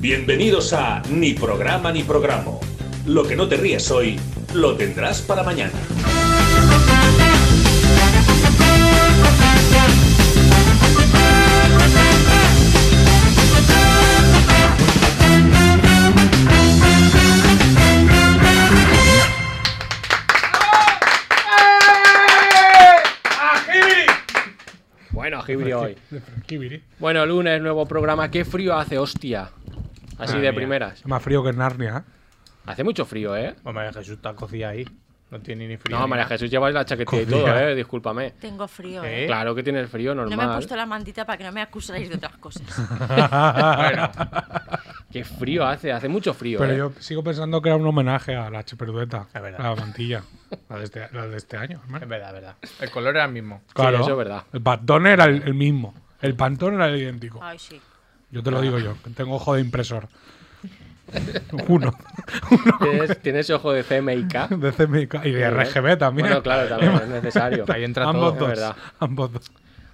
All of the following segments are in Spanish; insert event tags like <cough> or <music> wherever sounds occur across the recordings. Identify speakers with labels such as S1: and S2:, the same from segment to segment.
S1: Bienvenidos a Ni programa ni programa. Lo que no te ríes hoy, lo tendrás para mañana.
S2: Bueno, Jibri hoy.
S3: De Franquibiri.
S2: Bueno, lunes, nuevo programa. Qué frío hace, hostia. Así
S3: Ah,
S2: de
S3: mira.
S2: primeras.
S3: Más frío que en Narnia. ¿eh?
S2: Hace mucho frío, ¿eh?
S3: Pues María Jesús está cocida ahí. No tiene ni frío.
S2: No,
S3: ni
S2: María
S3: nada.
S2: Jesús, llevas la chaquetilla y todo,
S3: Cogía.
S2: ¿eh? Discúlpame.
S4: Tengo frío,
S3: ¿Eh?
S4: ¿eh?
S2: Claro que tienes frío, normal.
S4: No me he puesto la mantita para que no me acusáis de otras cosas.
S2: <laughs> Qué frío hace, hace mucho frío.
S3: Pero
S2: ¿eh?
S3: yo sigo pensando que era un homenaje a la cheperdueta.
S5: Es verdad.
S3: A la mantilla. La de este, la de este año, hermano.
S5: Es verdad, es verdad. El color era el mismo.
S3: Claro.
S2: eso es verdad.
S3: El pantón era el, el mismo. El pantón era el idéntico.
S4: Ay, sí.
S3: Yo te lo digo yo, que tengo ojo
S2: <laughs>
S3: de impresor. Uno.
S2: ¿Tienes, tienes ojo de CMYK.
S3: De CMYK. <laughs> Y de RGB también.
S2: Bueno, claro, también es necesario.
S5: Ahí entra
S3: ambos
S5: todo.
S2: es
S3: dos.
S2: verdad.
S3: Ambos dos.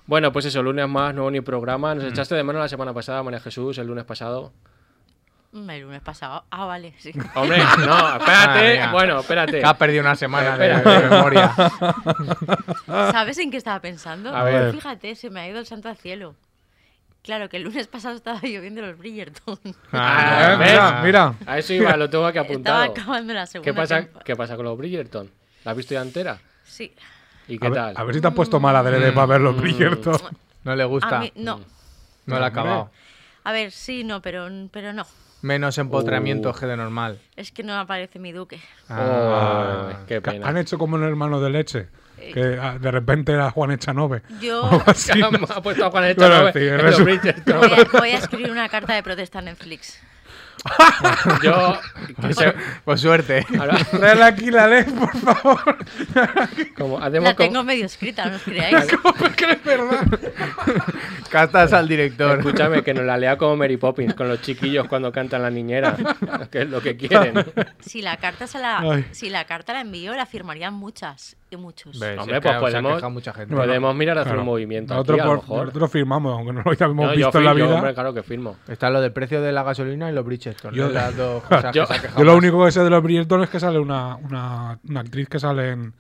S2: Bueno, pues eso, lunes más, nuevo ni programa. Nos echaste de menos la semana pasada, María Jesús, el lunes pasado.
S4: Mm, El lunes pasado. Ah, vale,
S2: <laughs>
S4: sí.
S2: Hombre, no,
S5: Madre
S2: espérate.
S5: mía.
S2: bueno, espérate.
S5: Que has perdido una semana de,
S2: Espera. <laughs>
S5: de memoria.
S4: ¿Sabes en qué estaba pensando?
S2: A ver.
S4: Fíjate, se me ha ido el santo al cielo. Claro, que el lunes pasado estaba lloviendo los Bridgerton. <laughs>
S2: Ah,
S3: Eh,
S2: ¿ves?
S3: mira, mira.
S2: A eso iba, lo tengo aquí
S4: Estaba
S2: apuntado.
S4: acabando la segunda
S2: ¿Qué pasa,
S4: tempo-
S2: ¿Qué pasa con los Bridgerton? ¿La has visto ya entera?
S4: Sí.
S2: ¿Y
S3: a
S2: qué
S3: ver,
S2: tal?
S3: a ver si te has puesto mal adrede para ver los
S2: <laughs>
S3: Bridgerton.
S5: No le
S4: A
S5: gusta.
S4: mí,
S2: Mm.
S4: no.
S5: No lo ha acabado.
S4: A ver, sí, no, pero, pero no.
S5: Menos empotramientos que de
S2: <laughs>
S5: normal.
S4: Es que no aparece mi duque.
S2: Oh, qué
S3: Que
S2: <laughs>
S3: Han
S2: pena.
S3: hecho como en Hermano de Leche. Que ah, de repente era Juan
S6: <laughs>
S3: Echanove.
S2: <laughs>
S4: Yo
S3: O así, ¿no?
S2: ha puesto a Juan Echa
S3: Claro,
S2: Nove
S3: sí,
S2: en
S3: resu-
S2: los
S4: <laughs>
S2: Bridgerton.
S4: voy a, voy a escribir una carta de protesta en Netflix.
S2: Yo. que se- <laughs>
S5: Pues suerte.
S2: ahora,
S3: Tráele aquí la ley, por favor.
S2: como hacemos
S4: La
S2: como-
S4: tengo medio
S2: <laughs>
S4: escrita, no os creáis.
S5: <laughs> Cartas al director.
S2: Escúchame, que nos la lea como Mary Poppins con los chiquillos cuando cantan la niñera, <laughs> que es lo que quieren.
S4: Si la carta se la,
S3: Ay.
S4: si la carta la envío, la firmarían muchas y muchos.
S5: <laughs> Ves,
S2: Hombre,
S5: es que
S2: pues
S5: se ha
S2: podemos-
S5: quejado mucha gente.
S2: Podemos mirar a hacer
S3: Claro.
S2: un movimiento.
S3: Nosotros,
S2: aquí, a lo
S3: por-
S2: mejor.
S3: nosotros firmamos, aunque no lo hayamos
S2: No, yo
S3: visto en
S2: fir-
S3: la
S2: yo,
S3: vida.
S2: hombre, claro que firmo.
S5: Está lo del precio de la gasolina y los Bridgestone.
S3: Yo-
S5: Yo, las
S2: <laughs>
S5: dos cosas
S2: Yo-
S5: que se ha quejado
S3: Yo lo
S5: más.
S3: único que sé de los Bridgerton es que sale una, una, una actriz que sale en.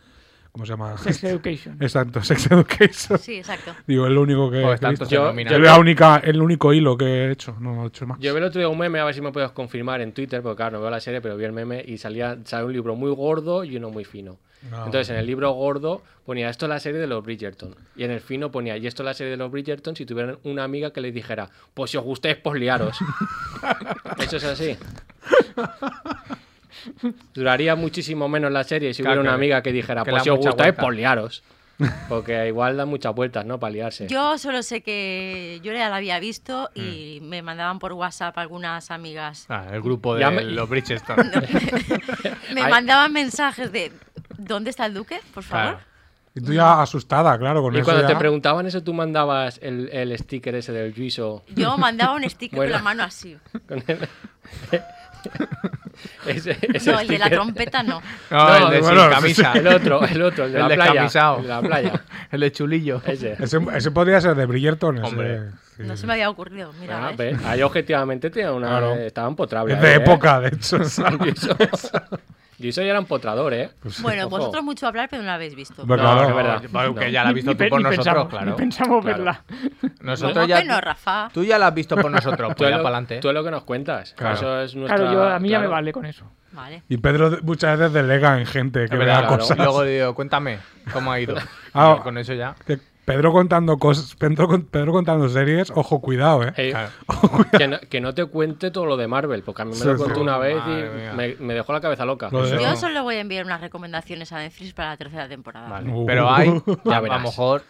S3: ¿Cómo se llama?
S6: Sex Education.
S3: Exacto, Sex Education.
S4: Sí, exacto.
S3: Digo, es lo único que.
S5: Pues
S3: he
S5: tanto
S3: visto.
S5: se
S2: Yo-
S5: denomina.
S3: Es la única, el único hilo que he hecho. No he hecho más.
S2: Yo vi el otro día un meme, a ver si me puedes confirmar en Twitter, porque claro, no veo la serie, pero vi el meme y salía, sale un libro muy gordo y uno muy fino.
S5: Ah.
S3: No.
S2: Entonces en el libro gordo ponía esto es la serie de los Bridgerton. Y en el fino ponía y esto es la serie de los Bridgerton si tuvieran una amiga que les dijera, pues si os gustáis, pues
S5: <laughs>
S2: liaros. Eso es así. Duraría muchísimo menos la serie si
S5: Claro
S2: hubiera una
S5: que-
S2: amiga que dijera,
S5: que
S2: pues
S5: da
S2: si os
S5: mucha
S2: gustáis,
S5: vuelta".
S2: pues liaros. Porque igual da muchas vueltas, ¿no? Para liarse.
S4: Yo solo sé que yo ya la había visto y me mandaban por WhatsApp algunas amigas.
S5: Ah, el grupo de
S2: Ya me- <laughs>
S5: los Bridgestone.
S4: Me
S2: Ay.
S4: mandaban mensajes de ¿Dónde está el duque? Por favor.
S5: Claro.
S3: Y tú ya asustada, claro, con
S2: Y
S3: eso.
S2: cuando te
S3: ya-
S2: preguntaban eso, tú mandabas el, el sticker ese del
S6: <laughs>
S2: juicio.
S4: Yo mandaba un sticker
S2: Bueno.
S4: con la mano así.
S2: Con el... ese, ese
S4: No, el de la
S2: sticker.
S4: trompeta no.
S5: No,
S2: No,
S5: el de
S3: bueno,
S5: sin camisa.
S2: El otro, el otro, el de
S5: El
S2: la playa.
S5: descamisado.
S2: El de la playa.
S5: <laughs> El de chulillo.
S2: Ese.
S3: Ese, ese podría ser de Bridgerton. ese.
S5: Hombre.
S3: Sí.
S4: No se me había ocurrido. Mira,
S2: Ah,
S4: ¿ves?
S2: ves, Ahí objetivamente tenía una. eh,
S3: Claro.
S2: Estaban potrables.
S3: Es de
S2: <laughs>
S3: época, de hecho.
S2: Yo soy era un potrador, ¿eh?
S3: Pues
S4: Bueno,
S2: Ojo.
S4: vosotros mucho hablar, pero no lo habéis visto.
S3: Bueno,
S2: No,
S3: claro.
S2: es verdad.
S5: Bueno, Que ya la has visto
S6: Ni
S5: tú
S6: pe-
S5: por
S6: ni
S5: nosotros,
S6: pensamos-
S5: claro.
S6: Ni pensamos
S2: Claro.
S6: verla.
S4: ¿Cómo
S5: Nosotros ya.
S4: que no, Rafa?
S5: Tú ya la has visto por
S2: <laughs>
S5: nosotros.
S2: Tú es
S5: Pues ya
S2: lo-
S5: para adelante.
S2: Tú es lo que nos cuentas.
S3: Claro.
S2: Eso es nuestra.
S6: Claro, yo, a mí ya me
S2: claro.
S6: vale con eso.
S4: Vale.
S3: Y Pedro de- muchas veces delega en gente que
S5: Es
S3: vea
S5: verdad, claro.
S3: cosas.
S5: Y luego digo, cuéntame, ¿cómo ha
S2: <laughs>
S5: ido?
S3: Ah,
S5: Y con eso ya.
S3: Que Pedro contando cosas, Pedro, con- Pedro contando series, ojo, cuidado, eh.
S2: Eh,
S5: Claro.
S2: que, no, que no te cuente todo lo de Marvel, porque a mí me
S3: Sí,
S2: lo
S3: sí.
S2: contó una vez
S5: Madre
S2: y
S5: mía.
S2: me, me dejó la cabeza loca.
S3: Lo de-
S4: Yo
S3: Pero-
S4: solo voy a enviar unas recomendaciones a Netflix para la tercera temporada.
S2: Vale.
S3: Uh,
S5: Pero hay,
S2: Ya
S5: a, a lo
S2: verás.
S5: mejor,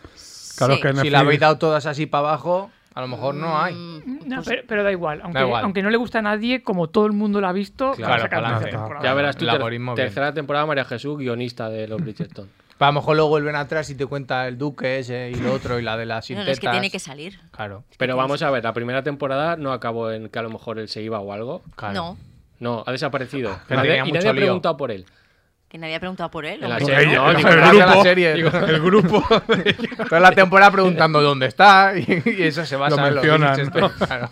S3: Claro
S4: Sí.
S3: que
S5: si
S3: Netflix-
S5: la habéis dado todas así para abajo, a lo mejor no
S4: Mm.
S5: hay.
S6: Mm, No, pero, pero da igual. Aunque,
S5: igual.
S6: aunque no le gusta a nadie, como todo el mundo la ha visto,
S5: Claro,
S6: va a sacar
S5: pa'lante.
S6: tercera
S3: Ya
S6: temporada.
S2: Ya verás tú,
S5: El
S2: ter-
S5: algoritmo bien.
S2: tercera temporada María Jesús, guionista de los Bridgerton.
S5: A lo mejor luego vuelven atrás y te cuenta el duque ese y lo otro y la de las
S4: No, no,
S5: sintetas.
S4: es que tiene que salir.
S5: Claro,
S2: Pero vamos a ver, la primera temporada no acabó en que a lo mejor él se iba o algo.
S5: claro.
S4: No.
S2: No, ha desaparecido.
S5: Que
S2: Nadie-
S5: tenía
S2: y
S5: mucho
S2: nadie ha
S5: lío.
S2: preguntado por él. <laughs>
S4: Que nadie ha preguntado por él.
S2: En la
S4: hombre.
S2: serie,
S3: ella,
S2: no,
S3: el
S2: digo,
S5: Durante
S3: grupo.
S5: la
S3: <laughs>
S5: serie.
S2: Digo-
S5: el
S2: <laughs>
S5: grupo. Toda la temporada preguntando dónde está <laughs> y, y eso se basa
S3: Lo
S5: en los
S3: mencionan,
S5: Winchester,
S3: ¿no?
S5: claro.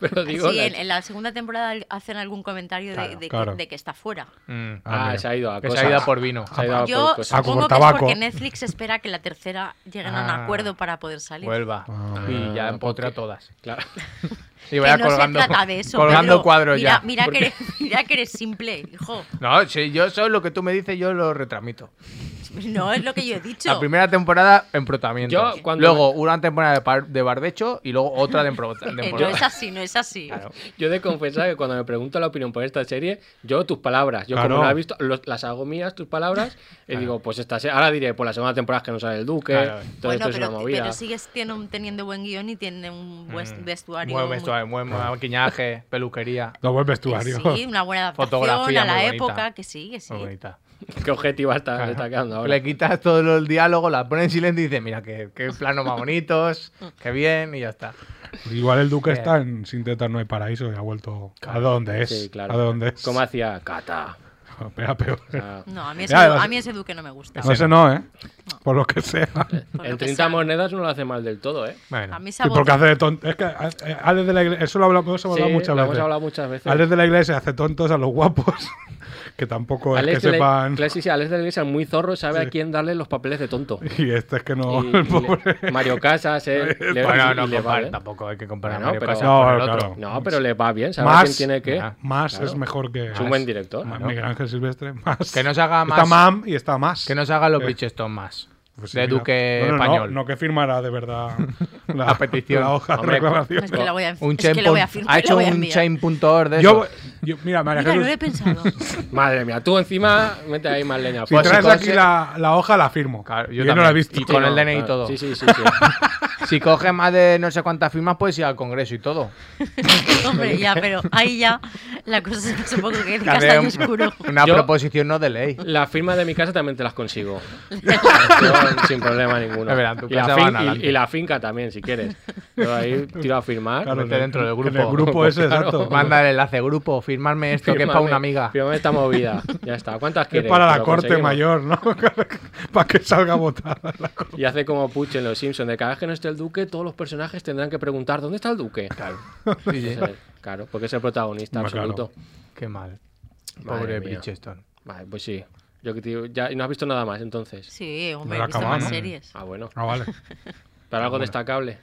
S2: pero digo.
S4: sí,
S2: la-
S4: en, en la segunda temporada hacen algún comentario de-
S3: Claro,
S4: de, que-
S3: claro.
S4: de que está fuera.
S5: Mm.
S3: Ah,
S2: Ah,
S3: mira.
S2: se ha ido a
S5: Que se
S2: cosas.
S5: ha ido a por vino.
S2: Se ha ido a por
S5: pues,
S4: Yo
S2: cosas.
S3: Ah, como
S4: supongo que es
S3: tabaco.
S4: porque Netflix espera que la tercera lleguen a un
S5: Ah.
S4: acuerdo para poder salir.
S5: Vuelva.
S3: Ah.
S5: y ya
S2: Ah,
S5: empotré a
S2: porque-
S5: todas.
S2: Claro. <laughs>
S5: Y
S4: Que
S5: vaya
S4: no
S5: colgando,
S4: se trata de eso.
S5: colgando
S4: Pedro.
S5: cuadros
S4: mira,
S5: ya.
S4: Mira que, eres, <laughs> mira que eres simple, hijo.
S5: No, si yo soy lo que tú me dices, yo lo retramito.
S4: No es lo que yo he dicho.
S5: La primera temporada en protamiento.
S2: Yo, cuando-
S5: Luego una temporada de, par- de barbecho y luego otra de empro-
S4: <laughs> Eh,
S5: temporada.
S4: no es así, no es así.
S2: Yo he de confesar que cuando me pregunto la opinión por esta serie, yo tus palabras, yo
S3: Claro.
S2: como no la he visto, los- las hago mías, tus palabras, y digo, pues esta serie, ahora diré, pues la segunda temporada es que no sale el Duque,
S5: Claro.
S2: todo
S4: Bueno,
S2: esto es una
S4: pero,
S2: movida.
S4: pero sigues tiene un- teniendo buen guión y tiene un buen
S5: Mm.
S4: vestuario.
S5: Buen
S4: muy-
S5: vestuario, buen maquillaje, peluquería.
S3: No buen
S4: que
S3: vestuario.
S4: Sí, una buena adaptación
S5: Fotografía
S4: a la
S5: muy bonita.
S4: época, que sí, que sí.
S5: Muy bonita.
S2: ¿Qué objetiva está, está quedando ahora?
S5: Le quitas todo el diálogo, la pones en silencio y dices, mira, qué, qué planos
S4: <laughs>
S5: más bonitos, qué bien, y ya está.
S3: <laughs> Igual el Duque está en Sin Tetas No hay Paraíso y ha vuelto a dónde es.
S2: Sí, Eh. claro.
S3: A dónde es. <laughs>
S2: ¿Cómo Ah, hacía Cata?
S3: Era peor.
S2: O
S3: <laughs>
S4: <laughs>
S2: sea,
S4: No, a mí, ese,
S3: Ya,
S4: du-
S3: vas-
S4: a mí ese duque no me gusta.
S3: No sé, no, ¿eh? Por lo
S2: <laughs>
S3: que sea.
S4: por lo
S2: en
S4: que
S2: 30
S4: sea.
S2: monedas no lo hace mal del todo, ¿eh?
S5: Bueno,
S4: A mí
S3: Y porque
S4: Sabote-
S3: hace de tonto. Es que eh, Alex de la Iglesia. Eso lo hablamos, hemos hablado
S2: Sí,
S3: muchas
S2: lo hemos
S3: veces.
S2: hablado muchas veces.
S3: Alex de la Iglesia hace tontos a los guapos. <laughs> Que tampoco
S2: Alex
S3: es Pues, que
S2: de la-
S3: sepan.
S2: claro, sí, sí, Alex de la Iglesia, muy zorro, sabe a quién darle los papeles de tonto.
S3: <laughs> Y este es que <laughs> no.
S2: Y- y
S3: <laughs> el pobre.
S2: le- Mario Casas,
S3: <laughs>
S2: eh, le-
S5: bueno
S2: y-
S5: no
S2: y le va
S5: compare-
S2: bien.
S5: tampoco hay que comparar
S2: Bueno,
S5: a Mario
S2: pero-
S5: Casas
S3: No,
S5: con el
S3: claro.
S5: otro.
S2: No, pero le va bien, sabe
S3: Más-
S2: a quién tiene que.
S5: Ah,
S3: Más
S2: Claro.
S3: es mejor que.
S2: Es un buen director.
S3: Ma-
S5: Claro.
S3: Miguel Ángel Silvestre. Más.
S5: Que no se haga
S3: Está
S5: más-
S3: Mam y está más.
S5: Que no se hagan los Bridgestone más.
S3: Eh, Pues sí,
S5: de
S3: mira.
S5: Duque
S3: No, no, no,
S5: español.
S3: No, que firmara de
S5: <laughs>
S3: verdad la,
S5: La petición. pues,
S3: la hoja
S2: Hombre,
S3: de reclamación.
S4: Es que la voy a,
S5: Un
S4: es que
S5: chain
S4: la voy a
S5: pun-
S4: firmar,
S5: ha
S4: la
S5: hecho
S4: voy a
S5: un
S4: enviar.
S5: chain.org de
S3: Yo,
S5: esos.
S3: yo- mira, María
S4: Mira,
S3: Jesús,
S4: no lo he pensado.
S2: <laughs>
S5: <laughs>
S2: Madre mía, tú encima mete ahí más leña.
S3: si
S5: Pues
S3: traes
S5: si
S3: aquí
S5: conse-
S3: la, la hoja, la firmo.
S5: Claro, yo
S3: yo no la he
S5: también.
S3: visto.
S5: Y con el DNI y
S2: claro.
S5: todo.
S2: Sí, sí, sí.
S5: <laughs>
S2: sí.
S3: <laughs>
S5: Si coges más de no sé cuántas firmas, puedes ir al Congreso y todo.
S4: Hombre, ya, pero ahí ya la cosa se puso un poco que
S5: Hacer
S4: castaño
S5: un-
S4: oscuro.
S5: Una
S2: Yo-
S5: proposición no de ley.
S2: La firma de mi casa también te las
S5: <laughs>
S2: consigo. Yo, sin problema ninguno.
S5: Es verdad, en tu
S2: y, la
S5: casa
S2: fin-
S5: van
S2: y-
S5: adelante.
S2: y la finca también, si quieres. Yo ahí tiro a firmar.
S3: Claro,
S5: Mete
S3: en-
S5: dentro del
S3: en
S5: grupo.
S3: el
S5: <laughs>
S3: grupo ese,
S2: Claro.
S3: exacto.
S5: Manda el enlace grupo, firmarme esto que es para
S2: Fírmame,
S5: una amiga.
S2: Fírmame esta movida. Ya está. ¿Cuántas
S3: <laughs> Es
S2: quieres?
S3: para
S2: Te
S3: la
S2: lo
S3: corte
S2: conseguimos.
S3: mayor, ¿no? <laughs> para que salga votada. la corte.
S2: Y hace como Puch en Los Simpsons. De cada vez que no esté el duque, todos los personajes tendrán que preguntar ¿dónde está el duque? Claro.
S5: Sí, sí.
S2: Claro, porque es el protagonista
S3: Hombre, claro.
S2: absoluto.
S5: Qué mal.
S2: Madre
S5: Pobre
S2: mía.
S5: Bridgestone.
S2: Vale, pues sí. Yo que te digo, ya, y no has visto nada más entonces.
S4: Sí, hombre,
S3: Pero
S4: he visto
S3: acaba,
S4: más
S3: ¿no?
S4: series.
S2: Ah, bueno.
S3: Ah, vale.
S2: Pero algo destacable.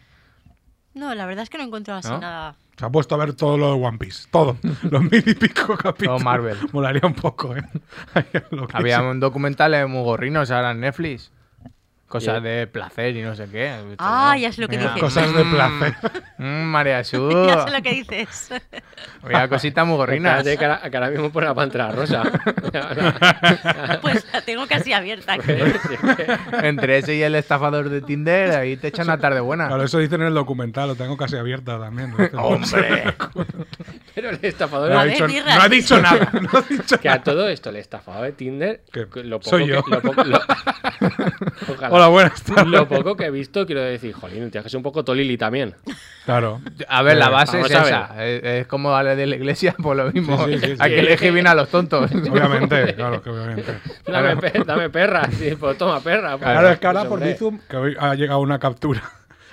S4: No, la verdad es que no encuentro así
S5: ¿No?
S4: nada.
S3: Se ha puesto a ver todo lo de One Piece. Todo. Los mil y pico capítulos.
S5: Marvel.
S3: Molaría un poco, ¿eh? <laughs> Lo que
S5: Había
S3: hizo.
S5: un documental de mugorrinos ahora en Netflix. Cosas
S2: Bien.
S5: de placer y no sé qué.
S4: Ah, ya sé lo que
S5: Mira, Uh.
S4: dices.
S3: Cosas de
S5: Mm.
S3: placer.
S5: Mm, María Jesús.
S4: <laughs> Ya sé lo que dices. <laughs>
S5: Había cositas mugorrinas.
S2: Espérate que ahora, que ahora mismo por la pantalla
S3: <laughs>
S2: rosa. <laughs>
S4: Pues la tengo casi abierta.
S5: Pues,
S4: creo.
S2: Pero
S5: Entre ese y el estafador de Tinder, ahí te echan una tarde buena.
S3: Claro, eso dicen en el documental. Lo tengo casi abierta también.
S5: ¡Hombre!
S2: el estafador...
S3: No ha,
S4: A ver,
S3: dicho,
S4: birra.
S3: no ha dicho nada. No ha dicho
S2: Que a todo esto, el estafador de Tinder...
S3: Que
S2: que Lo poco
S3: soy
S2: que-
S3: yo.
S2: lo poco-
S3: <laughs>
S2: lo- <laughs> Ojalá.
S3: <laughs> Hola, buenas <laughs> tardes.
S2: Lo poco que he visto, quiero decir, jolín, tienes que ser un poco tolili
S3: <laughs>
S2: también.
S3: Claro.
S5: Eh, A ver, la base es
S2: Vamos a ver.
S5: esa. Es, es como la de la iglesia, <laughs> por lo mismo.
S3: Sí, sí, sí, sí.
S5: Hay que elegir bien a los
S3: <laughs>
S5: tontos.
S3: Obviamente, claro que obviamente.
S2: Dame, pe- dame
S3: <laughs>
S2: perra, sí, pues toma perra. pues.
S3: Claro, es que ahora
S2: Pues,
S3: por
S2: hombre,
S3: Bizum que hoy ha llegado una captura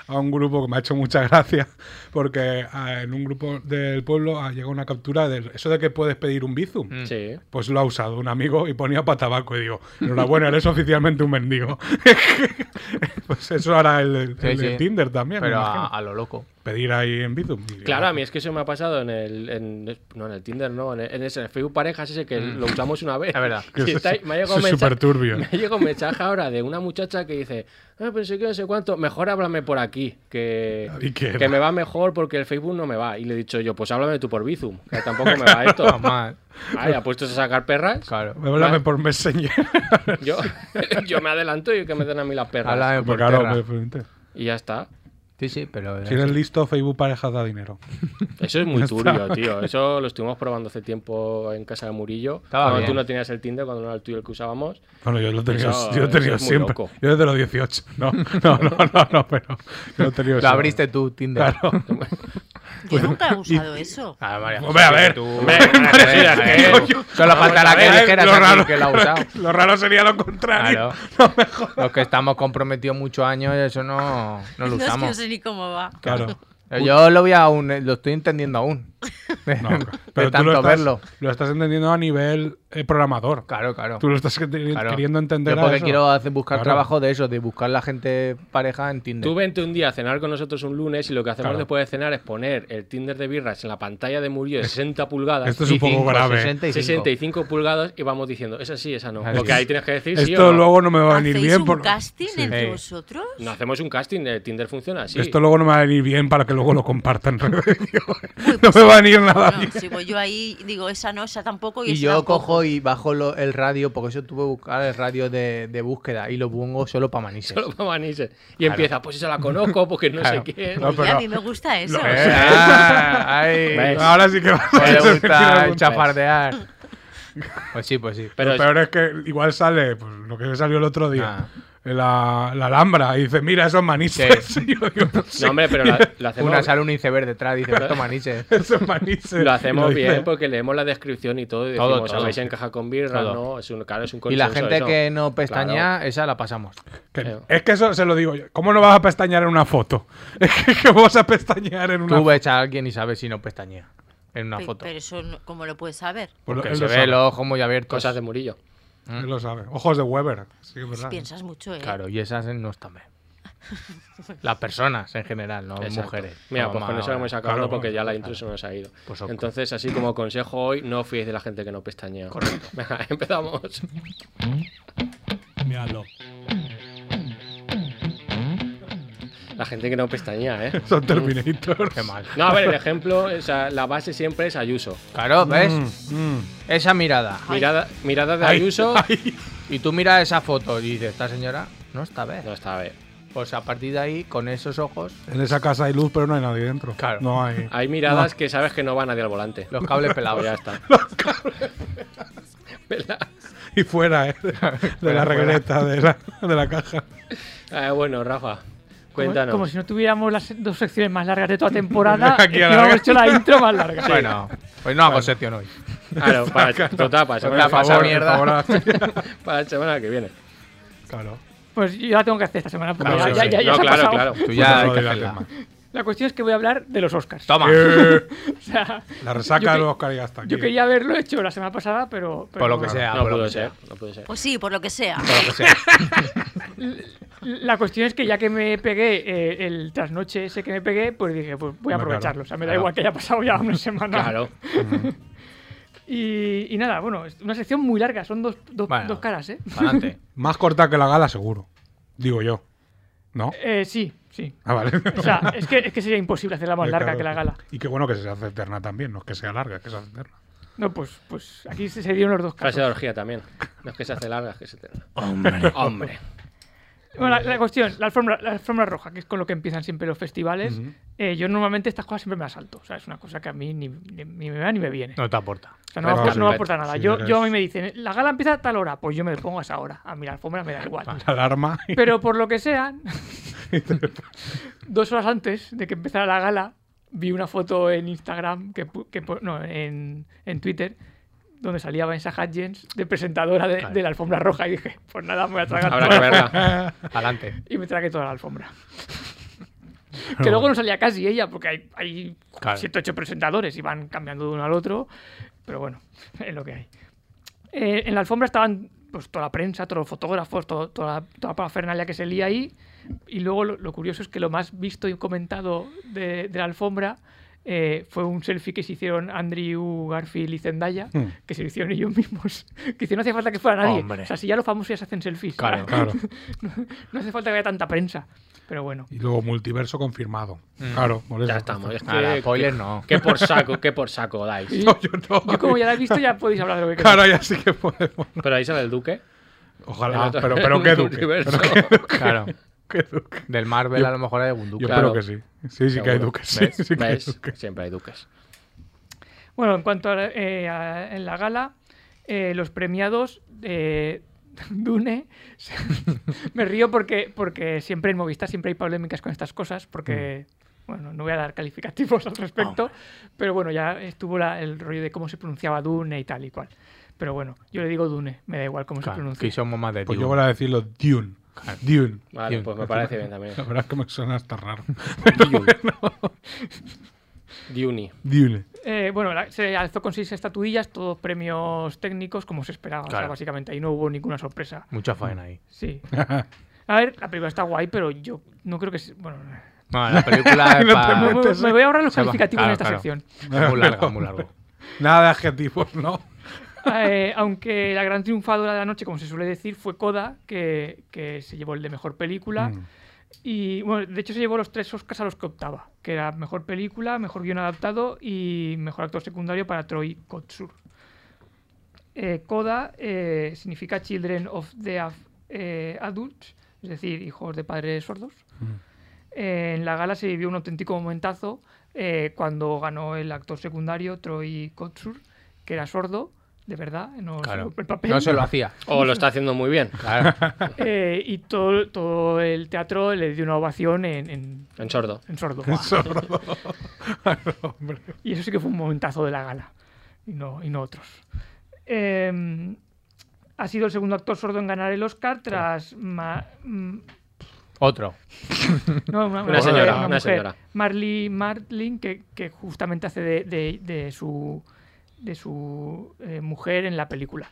S3: a un grupo que me ha hecho mucha gracia, porque ah, en un grupo del pueblo ha llegado una captura de eso de que puedes pedir un Bizum.
S2: Mm. Sí.
S3: Pues lo ha usado un amigo y ponía para tabaco y digo, enhorabuena, eres oficialmente un mendigo. <laughs> pues eso hará el, el
S5: Sí,
S3: de
S5: sí.
S3: Tinder también, me
S5: Pero a,
S3: imagino.
S5: a lo loco.
S3: Pedir ahí en Bizum. Y-
S2: Claro, a mí es que eso me ha pasado en el, en- no, en el Tinder, no, en, el, en ese Facebook Parejas ese que lo usamos una vez.
S5: Es verdad.
S2: <laughs> Y
S3: Eso
S2: está ahí-
S3: Mm. es-
S2: me ha llegado
S3: eso <laughs> es
S2: mensaje-
S3: superturbio.
S2: Me ha llegado un mensaje ahora de una muchacha que dice, ah, pensé que no sé cuánto, mejor háblame por aquí, que,
S3: ¿Y qué era?
S2: que me va mejor porque el Facebook no me va. Y le he dicho yo, pues háblame tú por Bizum, que tampoco me
S3: <laughs>
S2: va esto.
S5: <laughs> Mal.
S2: Vaya, puestos a sacar perras,
S5: Claro.
S3: Háblame por Messenger.
S2: yo, <laughs> yo me adelanto y que me den a mí las perras.
S5: Háblame <laughs> por
S3: claro,
S5: terra.
S3: obviamente.
S2: Y ya está.
S5: Sí, sí, pero...
S3: Si eres pues, listo, Facebook parejas da dinero.
S2: Eso es muy turbio, tío. Eso lo estuvimos probando hace tiempo en casa de Murillo.
S5: Estaba
S2: cuando
S5: bien.
S2: tú no tenías el Tinder, cuando no era el tuyo el que usábamos.
S3: Bueno, yo lo he tenido,
S2: Eso-
S3: yo lo he
S2: eso
S3: tenido
S2: es muy
S3: siempre.
S2: loco.
S3: Yo desde los 18. No, no, no, no, no, pero yo lo he tenido
S5: eh, Lo
S3: siempre. <laughs>
S5: <laughs> abriste tú, Tinder.
S3: Claro.
S4: Yo
S5: pues,
S4: nunca he usado eso.
S5: Ah, María
S3: Hombre, a
S5: José,
S3: ver.
S5: tú-
S2: Hombre, María José,
S5: a
S2: es
S5: ver,
S2: que-
S5: a ver, Solo faltará que
S3: A ver,
S5: dijeras
S3: lo,
S5: aquí
S3: raro,
S5: que la ha usado.
S3: <laughs> lo raro sería lo contrario.
S5: Claro. Los que estamos comprometidos muchos años, eso no,
S4: <laughs> No
S5: no lo
S4: es que no
S5: usamos.
S4: sé ni cómo va.
S3: Claro.
S5: Yo lo voy aún, eh, lo estoy
S2: <laughs>
S5: entendiendo aún. <laughs> De-
S3: No,
S5: de
S3: pero tú
S5: tanto
S3: lo estás,
S5: verlo.
S3: lo estás entendiendo a nivel eh, programador.
S5: Claro, claro.
S3: Tú lo estás que-
S5: claro.
S3: queriendo entender
S5: Yo
S3: a
S5: porque
S3: eso.
S5: quiero hacer, buscar
S3: Claro.
S5: trabajo de eso, de buscar la gente pareja en Tinder.
S2: Tú vente un día a cenar con nosotros un lunes y lo que hacemos
S3: Claro.
S2: después de cenar es poner el Tinder de birras en la pantalla de Murillo de 60 pulgadas.
S3: Esto es un poco
S5: 65,
S3: grave.
S5: 65.
S2: 65 pulgadas y vamos diciendo, esa sí, esa no.
S5: Así
S2: Porque
S5: es.
S2: ahí tienes que decir sí
S3: Esto
S2: o no.
S3: luego no me va a venir
S4: ¿Hacéis
S3: bien.
S4: un
S3: por-
S4: casting
S3: Sí.
S4: entre
S5: Sí.
S4: vosotros?
S2: No hacemos un casting, el Tinder funciona así. <laughs>
S3: Esto luego no me va a venir bien para que luego lo compartan. en redes. <laughs>
S5: <laughs>
S4: Uy,
S3: no
S4: pues
S3: me
S4: sí.
S3: va a venir nada
S4: No,
S3: bien.
S4: si voy yo ahí digo esa no, esa tampoco y,
S5: Y
S4: esa
S5: yo
S4: tampoco.
S5: cojo y bajo lo- el radio, porque eso tuve que buscar el radio de, de búsqueda y lo pongo solo para manises.
S2: Solo para manises. Y empieza, pues esa la conozco, porque no
S5: Claro.
S2: sé quién.
S3: No,
S4: Oye,
S3: pero-
S4: a mí me gusta eso.
S5: Eh,
S2: <laughs>
S5: ah, ay,
S2: ¿Ves?
S3: Ahora sí <laughs> que va
S5: se Pues le
S3: a
S5: gusta el chafardear. Pues sí, pues sí.
S2: Pero
S3: Lo peor es que igual sale pues, lo que salió el otro día.
S5: Ah.
S3: La, la alhambra. Y dice, mira, esos manises.
S5: Sí.
S3: <laughs> Y yo digo, no sé,
S2: no, hombre, pero la-
S3: <laughs>
S2: lo hacemos,
S5: Una sale un iceberg detrás, dice, esto manises.
S3: esos <laughs> manises.
S2: lo
S3: Y
S2: hacemos
S3: dice,
S2: bien porque leemos la descripción y todo. Y
S5: Todo,
S2: decimos,
S5: todo.
S2: ¿sabéis encaja con birra?
S5: Todo.
S2: No, es un, claro, es un
S5: Y la
S2: consenso
S5: gente
S2: eso.
S5: que no pestañea,
S2: Claro.
S5: esa la pasamos.
S3: que-
S2: Eh.
S3: es que eso se lo digo yo. ¿Cómo no vas a pestañear en una foto? <laughs> Es que, que vas a pestañear en una
S5: Tú
S3: foto.
S5: ves a alguien y sabes si no pestañea en una
S4: Pe-
S5: foto.
S4: Pero eso, no- ¿cómo lo puedes saber?
S5: Porque
S3: Pues él lo ¿Mm?
S5: se ve
S3: sabe,
S5: los ojos muy abiertos.
S2: Cosas de Murillo.
S3: él lo sabe. Ojos de Weber. Sí, es verdad.
S4: Piensas mucho, ¿eh?
S5: Claro, y esas no están bien. Las personas en general, no
S2: Exacto.
S5: mujeres.
S2: Mira,
S5: No,
S2: pues con
S5: más
S2: eso
S5: ahora.
S2: vamos acabando
S3: Claro,
S2: porque
S3: vamos
S2: ya la
S3: acabando.
S2: intro se nos ha ido.
S5: Pues ok.
S2: Entonces, así como consejo hoy, no os fiéis de la gente que no pestañea. Correcto. <laughs> Venga, empezamos.
S3: Míralo.
S2: La gente que no pestañea, ¿eh?
S3: Son Terminator.
S5: Qué mal.
S2: No, a ver, el ejemplo, o sea, la base siempre es Ayuso.
S5: Claro, ¿ves?
S3: Mm.
S5: Esa mirada.
S2: Mirada, mirada de
S3: Ay, <laughs>
S2: Ayuso.
S3: ay.
S5: Y tú miras esa foto y dices, esta señora no está bien.
S2: No está, a ver.
S5: Pues a partir de ahí, con esos ojos,
S3: En esa casa hay luz, pero no hay nadie dentro.
S5: Claro.
S3: No hay.
S2: Hay miradas que sabes que no va nadie al volante.
S5: los
S2: <laughs>
S5: cables
S2: Pues
S5: pelados.
S2: ya está. <laughs> ¿Verdad?
S3: Y fuera, <laughs> ¿eh? De, la
S5: fuera.
S3: regleta, de la, de la caja.
S2: Ah, bueno, Rafa,
S6: Como,
S2: cuéntanos.
S6: como si no tuviéramos las dos secciones más largas de toda temporada.
S3: Aquí
S6: Aquí
S3: a la larga.
S6: hemos hecho la intro más larga.
S5: Bueno, pues no hago sección hoy.
S2: Claro, Ah,
S3: <laughs>
S2: para, total, para,
S5: Por la
S2: semana- para,
S5: pasada mierda.
S2: la semana que viene.
S3: Ah, Claro.
S6: Pues yo la tengo que hacer esta semana porque
S3: Claro,
S6: ya,
S3: sí,
S6: ya-
S3: sí.
S6: ya
S2: Ah, Pues no,
S6: se ha
S2: claro,
S6: pasado.
S2: claro.
S5: Tú ya hay
S3: Cuéntanos
S5: que
S3: del
S5: hacerla.
S3: tema.
S6: La cuestión es que voy a hablar de los
S2: <laughs>
S6: Oscars.
S5: Toma.
S3: Eh,
S6: O sea,
S3: la resaca
S6: Yo
S3: de
S6: que-
S3: los Oscar ya está aquí.
S6: yo quería haberlo hecho la semana pasada, pero. pero
S5: Por lo
S6: no.
S5: que sea,
S2: No
S5: por lo
S2: pudo
S5: que sea.
S2: ser, no pudo ser.
S4: Pues sí, por lo que sea.
S5: Por
S2: <laughs>
S5: lo que sea.
S6: La cuestión es que ya que me pegué eh, el trasnoche ese que me pegué, pues dije, pues voy
S3: Hombre,
S6: a
S3: claro.
S6: aprovecharlo. O sea, me da
S5: Claro.
S6: igual que haya pasado ya una semana.
S2: Claro.
S6: Y, y nada, bueno, es una sección muy larga, son dos, dos,
S5: Bueno.
S6: dos caras, ¿eh?
S5: Adelante.
S3: Más corta que la gala, seguro. Digo yo. ¿No?
S6: Eh, Sí, sí.
S3: Ah, <laughs> vale.
S6: O sea, es que, es que sería imposible hacerla más larga que la gala.
S3: Y qué bueno que se hace eterna también. No es que sea larga, es que se hace eterna.
S6: No, pues, pues aquí se, se dieron los dos
S2: Frase
S6: casos.
S2: de orgía también. No es que se hace larga, es que se te... Hombre. <laughs> Hombre.
S6: Bueno, la, la cuestión, la alfombra, la alfombra roja, que es con lo que empiezan siempre los festivales. eh, yo normalmente estas cosas siempre me asalto. O sea, es una cosa que a mí ni, ni- ni me va ni me viene.
S5: No te aporta.
S6: O sea, no, me
S3: Claro.
S6: apor- no me aporta nada.
S3: Sí,
S6: yo,
S3: eres-
S6: yo a mí me dicen, la gala empieza a tal hora, pues yo me pongo a esa hora. A mí la alfombra me da igual.
S3: La alarma. y-
S6: Pero por lo que sean, dos horas antes de que empezara la gala, vi una foto en Instagram, que, pu- que pu- no, en, en Twitter, donde salía Vanessa Hudgens de presentadora de,
S5: Claro.
S6: de la alfombra roja. Y dije, pues nada, me voy a tragar
S2: Habrá
S6: toda
S2: que
S6: la-
S2: verla.
S5: Adelante.
S6: Y me tragué toda la
S5: <laughs>
S6: alfombra. que luego no salía casi ella, porque hay, hay
S5: Claro.
S6: 7 8 presentadores y van cambiando de uno al otro. Pero bueno, <laughs> es lo que hay. Eh, en la alfombra estaban pues, toda la prensa, todos los fotógrafos, todo- toda, la- toda la parafernalia que se lía ahí. Y luego lo, lo curioso es que lo más visto y comentado de, de la alfombra eh, fue un selfie que se hicieron Andrew Garfield y Zendaya,
S3: Mm.
S6: que se lo hicieron ellos mismos. <laughs> que dice, no hacía falta que fuera nadie.
S5: Hmm. Hombre.
S6: O sea, si ya los famosos ya se hacen selfies. <laughs>
S5: Claro.
S3: Claro.
S6: No hace falta que haya tanta prensa. Pero bueno.
S3: Y luego multiverso confirmado. Claro, por eso.
S2: Mm. Ya
S3: <laughs>
S2: estamos. Es que,
S5: Nada, spoiler no.
S2: Que por saco, que por saco dais.
S3: No, yo no.
S6: Yo como ya la he visto, ya podéis hablar de lo que
S3: <laughs>
S6: queráis.
S3: Claro, ya sí que podemos.
S2: Pero ahí sale el duque.
S3: Ojalá.
S2: <laughs>
S3: Pero, pero qué duque.
S2: Multiverso.
S5: Claro.
S3: Qué duque.
S5: Del Marvel a lo mejor hay algún
S3: Yo
S5: duque.
S2: Claro.
S3: espero que sí. Sí, sí que hay
S5: Seguro.
S3: duques. Sí,
S2: ¿Ves?
S3: sí que hay
S2: ¿Ves?
S3: duques.
S2: Siempre hay
S3: <laughs>
S2: duques.
S6: Bueno, en cuanto a, eh, a- en la gala, eh, los premiados eh, <laughs> Dune. <laughs>
S5: Mm.
S6: me río porque, porque siempre en Movistar siempre hay polémicas con estas cosas, porque Bueno, no voy a dar calificativos al
S5: Ah,
S6: respecto, pero bueno, ya estuvo la- el rollo de cómo se pronunciaba Dune y tal y cual. Pero bueno, yo le digo Dune, me da igual cómo se
S5: Claro,
S6: pronuncia.
S5: que somos más de
S3: Pues
S5: Dune.
S3: yo voy a decirlo Dune. Dune.
S2: Vale, pues me parece bien también.
S3: La verdad es que me suena hasta raro.
S2: Dune. Dune.
S3: Dune. <laughs>
S6: Eh, bueno, la- se alzó con seis estatuillas, todos premios técnicos, como se esperaba, o sea,
S5: Claro.
S6: básicamente. Ahí no hubo ninguna sorpresa.
S5: Mucha faena ahí.
S6: Sí. A ver, la película está guay, pero yo no creo que. se- Bueno,
S5: No,
S3: <laughs>
S5: la película es
S3: No
S5: pa-
S6: me, me-
S3: entonces-
S6: me voy a ahorrar los
S5: Ah, se va-
S6: calificativos en
S5: claro,
S6: esta
S5: claro.
S6: sección.
S5: Es muy larga, muy largo.
S3: Nada de adjetivos, ¿no?
S6: Eh, aunque la gran triunfadora de la noche, como se suele decir, fue Coda, que, que se llevó el de mejor película.
S3: Mm.
S6: Y bueno, de hecho se llevó los tres Oscars a los que optaba, que era mejor película, mejor guión adaptado y mejor actor secundario para Troy Kotsur. Eh, Coda eh, significa Children of Deaf eh, Adults, es decir, hijos de padres sordos.
S5: Mm.
S6: Eh, en la gala se vivió un auténtico momentazo eh, cuando ganó el actor secundario Troy Kotsur, que era sordo, de verdad, no
S5: Claro.
S6: solo el papel.
S5: No se lo hacía.
S2: O Oh, lo está haciendo muy bien.
S5: Claro.
S6: <laughs> Eh, y todo, todo el teatro le dio una ovación en, en-
S2: En sordo.
S6: en sordo.
S3: <laughs> Hombre.
S6: Y eso sí que fue un momentazo de la gala, y no, y no otros. Eh, ha sido el segundo actor sordo en ganar el Oscar tras... Ma- mm,
S5: Otro.
S6: no,
S2: Una
S6: una, mujer,
S2: señora, una
S6: mujer,
S2: señora.
S6: Marley Martlin, que, que justamente hace de, de- de su, de su eh, mujer en la película.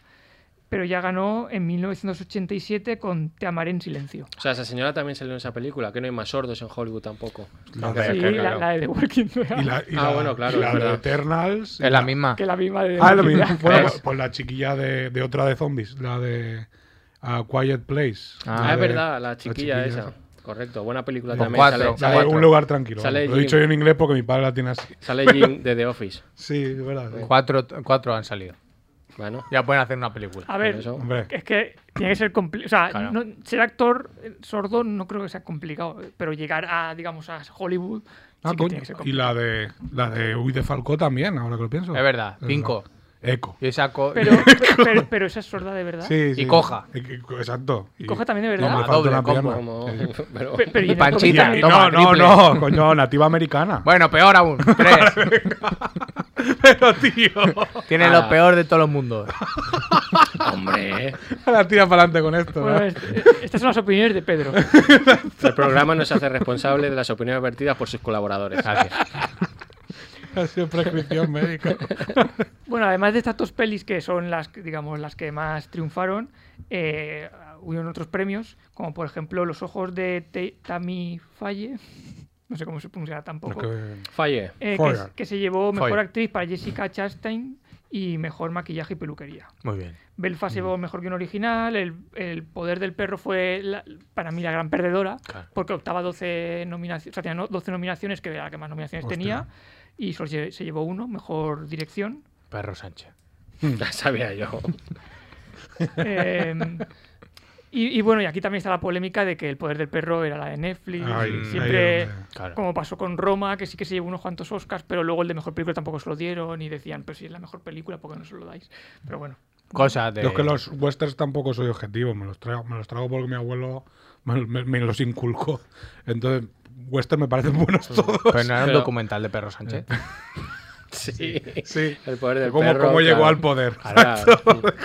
S6: Pero ya ganó en 1987 con Te amaré en silencio.
S2: O sea, esa señora también salió en esa película, que no hay más sordos en Hollywood tampoco.
S3: La-
S5: Claro,
S6: sí,
S5: claro,
S6: la,
S5: claro.
S6: la de The Walking Dead.
S3: y la, y
S2: Ah,
S3: la-
S2: bueno, claro,
S3: y la
S2: es
S3: de
S2: verdad.
S3: Eternals. y
S5: Es la
S3: la-
S5: misma.
S6: Que la misma de...
S3: <laughs> Ah, lo mismo. Bueno,
S5: ¿Ves?
S3: pues la chiquilla de, de otra de zombies, la de A Quiet Place.
S5: Ah,
S2: Ah,
S3: La
S2: es
S3: de-
S2: verdad, la chiquilla,
S3: chiquilla
S2: esa.
S3: esa.
S2: Correcto, buena película
S5: Los
S2: también.
S5: cuatro,
S2: sale-
S5: los
S3: La de
S2: sale,
S5: cuatro.
S3: un lugar tranquilo.
S2: Sale
S3: Lo he dicho
S2: Jim.
S3: yo en inglés porque mi padre la tiene así.
S2: sale Jim de The Office.
S3: Sí, es verdad. sí.
S5: Cuatro, cuatro han salido.
S2: Bueno,
S5: Ya pueden hacer una película.
S3: Ah.
S6: A ver,
S2: por eso.
S3: Hombre,
S6: es que tiene que ser complicado. O sea,
S5: Claro.
S6: no- ser actor eh, sordo no creo que sea complicado, eh, pero llegar a, digamos, a Hollywood
S3: ah,
S6: sí que
S3: coño.
S6: tiene que ser
S3: Y
S6: complicado.
S3: la de la de Uy de Falcó también, ahora que lo pienso.
S5: Es verdad, cinco.
S3: Eco.
S5: Y saco.
S3: <laughs>
S6: Pero, pe- pero, pero esa es sorda de verdad.
S3: Sí, sí.
S5: coja.
S3: E- e- co- Exacto.
S6: Y coja también de verdad.
S3: No, me
S5: Ah,
S3: falta
S5: doble
S3: una
S5: combo.
S3: pierna. <laughs>
S2: Como...
S3: Sí.
S2: pero-
S6: Pe- pero y en el
S5: Panchita,
S6: cómic
S5: ¿no?
S6: también.
S5: Toma,
S3: no, no,
S5: triple.
S3: no, coño, nativa americana.
S5: Bueno, peor
S3: <laughs>
S5: aún. Tres.
S3: Pero tío,
S5: Tiene
S2: Ah.
S5: lo peor de todos los mundos.
S2: Hombre,
S3: <laughs> la tira para adelante con esto.
S6: Bueno,
S3: ¿no?
S6: es- eh, estas son las opiniones de Pedro.
S2: el programa no se hace responsable de las opiniones vertidas por sus colaboradores.
S5: Gracias.
S3: <laughs> Ha sido prescripción médica.
S6: Bueno, además de estas dos pelis que son las, que, digamos, las que más triunfaron, eh, hubieron otros premios, como por ejemplo Los ojos de Te- Tammy Faye. <laughs> No sé cómo se pronunciará tampoco.
S3: Es
S2: Falle.
S6: Eh, que,
S3: Foyer.
S6: s- que se llevó mejor
S5: Foyer.
S6: actriz para Jessica Chastain y mejor maquillaje y peluquería.
S5: Muy bien.
S6: Belfast llevó
S5: Mm.
S6: mejor guión original, el, el poder del perro fue la- para mí la gran perdedora,
S5: Claro.
S6: porque optaba 12 nominaciones, o sea, tenía no- 12 nominaciones, que era la que más nominaciones
S3: Hostia.
S6: tenía, y solo lle- se llevó uno,
S5: <laughs>
S6: mejor dirección.
S5: Perro Sánchez.
S3: Mm.
S2: La sabía yo.
S6: Eh, y, y bueno, y aquí también está la polémica de que el poder del perro era la de Netflix,
S3: Ay,
S6: y
S3: ahí
S6: siempre...
S3: es donde-
S5: Claro.
S6: Como pasó con Roma, que sí que se llevó unos cuantos Oscars, pero luego el de mejor película tampoco se lo dieron y decían, pero si es la mejor película, ¿por qué no se lo dais? Pero bueno,
S5: Cosas de.
S3: Yo es que los westerns tampoco soy objetivo, me los traigo, me los traigo porque mi abuelo me, me- me los inculcó. Entonces, western me parecen buenos todos.
S5: Pero no era un
S2: Pero-
S5: documental de
S3: <laughs>
S5: Perro Sánchez.
S2: Sí.
S3: Sí.
S2: El poder del
S3: ¿Cómo,
S2: perro.
S3: cómo llegó
S2: claro.
S3: al poder?
S2: Ahora,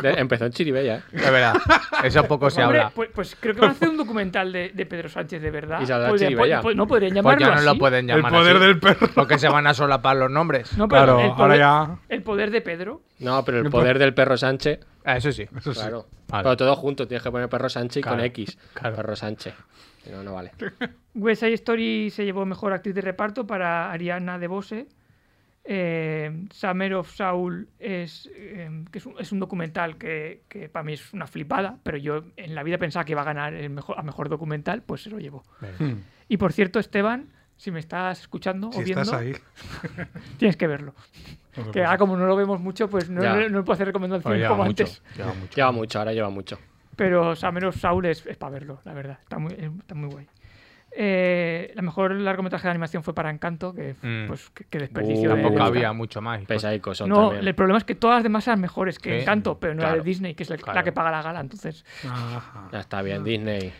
S2: de- empezó en Chiribella. ¿eh?
S5: Es verdad. Eso poco se
S6: Hombre,
S5: habla.
S6: Pues, pues creo que van a
S5: <laughs>
S6: hacer un documental de, de Pedro Sánchez de verdad.
S2: Y saldrá
S6: Podría-
S2: Chiribella.
S6: po- po- no podrían
S5: Pues
S6: llamarlo
S5: ya no lo
S6: así.
S5: pueden
S3: El
S5: llamar
S3: poder
S5: así,
S3: del perro.
S5: Porque se van a solapar los nombres.
S6: No, pero
S3: Claro,
S6: el poder,
S3: ahora ya.
S6: el poder de Pedro.
S2: No, pero el poder del perro Sánchez.
S5: Ah, Eso sí.
S3: Eso sí.
S2: Claro.
S5: Vale.
S2: Pero todo junto, tienes que poner perro Sánchez y
S5: Claro,
S2: con X.
S5: claro.
S2: Perro Sánchez. Si no, no vale.
S6: West Side Story se llevó mejor actriz de reparto para Ariana DeBose. Eh, Summer of Saul es, eh, que es, un, es un documental que, que para mí es una flipada, pero yo en la vida pensaba que iba a ganar el mejor, a mejor documental, pues se lo llevó.
S3: Hmm.
S6: Y por cierto, Esteban, si me estás escuchando
S3: Si
S6: o viendo,
S3: estás ahí.
S6: tienes que verlo. Que ahora como no lo vemos mucho, pues no,
S2: Ya.
S6: no, no puedo hacer recomendaciones
S5: Lleva
S6: como
S5: Pues mucho,
S6: antes.
S5: lleva mucho.
S2: Lleva mucho, ahora lleva mucho.
S6: Pero Summer of Saul es, para verlo, la verdad. Está muy, eh, está muy guay. Eh, la mejor largometraje de animación fue para Encanto, que,
S5: Mm.
S6: pues, que, que desperdicio.
S2: Uh,
S6: de
S5: Tampoco
S6: Oscar.
S5: había mucho más.
S2: Pesaico son
S6: No,
S2: también.
S6: el problema es que todas las demás eran mejores que
S5: Sí,
S6: Encanto, pero no era
S5: claro,
S6: de Disney, que es la, la
S5: claro.
S6: que paga
S5: <laughs>
S6: la gala. Entonces,
S3: Ajá.
S2: Ya está bien, Disney.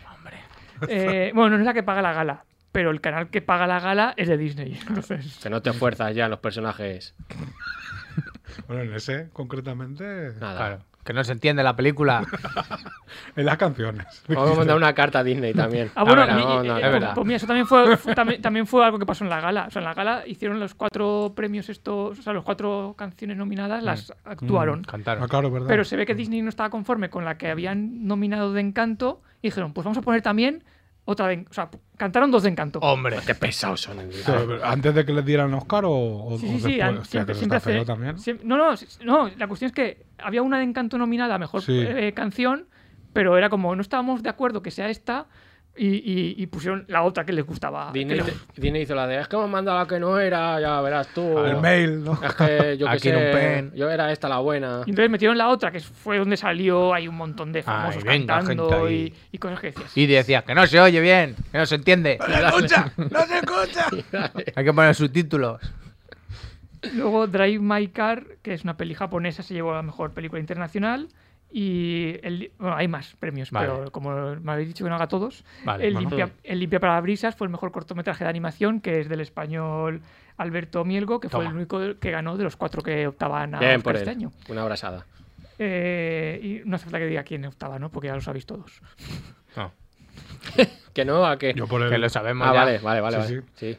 S6: Eh, bueno, no es la que paga la gala, pero el canal que paga la gala es de Disney. <laughs> Entonces,
S2: Que no te fuerzas ya los personajes.
S3: Bueno, en ese, concretamente,
S2: Nada.
S5: Claro. Que no se entiende la
S3: <laughs>
S5: película.
S3: en las canciones.
S2: Vamos a mandar una carta a Disney también.
S6: Ah, bueno,
S2: A ver,
S6: y-
S2: vamos,
S6: y-
S2: no,
S6: eh,
S2: es
S6: pues-
S2: verdad.
S6: pues mira, eso también fue, fue- también, también fue algo que pasó en la gala. O sea, en la gala hicieron los cuatro premios estos, o sea, los cuatro canciones nominadas las actuaron.
S5: Cantaron.
S3: Ah, claro, ¿verdad?
S6: Pero se ve que Disney no estaba conforme con la que habían nominado de Encanto y dijeron, pues vamos a poner también otra de... O sea, cantaron dos de Encanto.
S5: <laughs>
S3: Oh,
S5: Hombre.
S2: Qué pesados son. en
S3: Sí,
S2: realidad.
S3: pero ¿Antes de que les dieran Oscar o, o-
S6: Sí,
S3: o
S6: sí, sí,
S3: después?
S6: han-
S3: pues, Hostia,
S6: siempre,
S3: que eso
S6: siempre
S3: está feo
S6: hace-
S3: también.
S6: siem- no, no, sí- no, la cuestión es que había una de Encanto nominada a mejor
S3: Sí.
S6: eh, canción, pero era como, no estábamos de acuerdo que sea esta y, y- y pusieron la otra que les gustaba. que
S2: Ah, Disney,
S6: les-
S2: Disney hizo la de, es que hemos mandado la que no era, ya verás tú.
S3: El mail, ¿no?
S2: Es que yo que
S5: Aquí en un
S2: sé,
S5: pen.
S2: yo era esta la buena.
S6: Y entonces metieron la otra, que fue donde salió, hay un montón de famosos
S5: venga, gente
S6: cantando y,
S5: ahí.
S6: y cosas que decías.
S5: Y decías que no se oye bien, que no se entiende.
S3: <laughs>
S2: escucha!
S5: ¡No se escucha! <laughs> Hay que poner subtítulos.
S6: Luego Drive My Car, que es una peli japonesa, se llevó a la mejor película internacional. Y el, bueno, hay más premios,
S5: Vale.
S6: pero como me habéis dicho que no haga todos,
S5: Vale,
S6: el,
S5: bueno.
S6: limpia, el Limpia Parabrisas fue el mejor cortometraje de animación, que es del español Alberto Mielgo, que fue
S5: Toma.
S6: el único que ganó de los cuatro que optaban a
S2: Bien
S6: Oscar
S2: por
S6: este
S2: él.
S6: año.
S2: Una abrazada.
S6: Eh, y no hace falta que diga quién optaba, ¿no? Porque ya lo sabéis todos.
S5: No,
S2: Que no, a que...
S3: Yo por el... <laughs>
S5: que lo sabemos
S2: Ah,
S5: ya.
S2: vale, vale, vale.
S3: Sí,
S2: vale. Sí.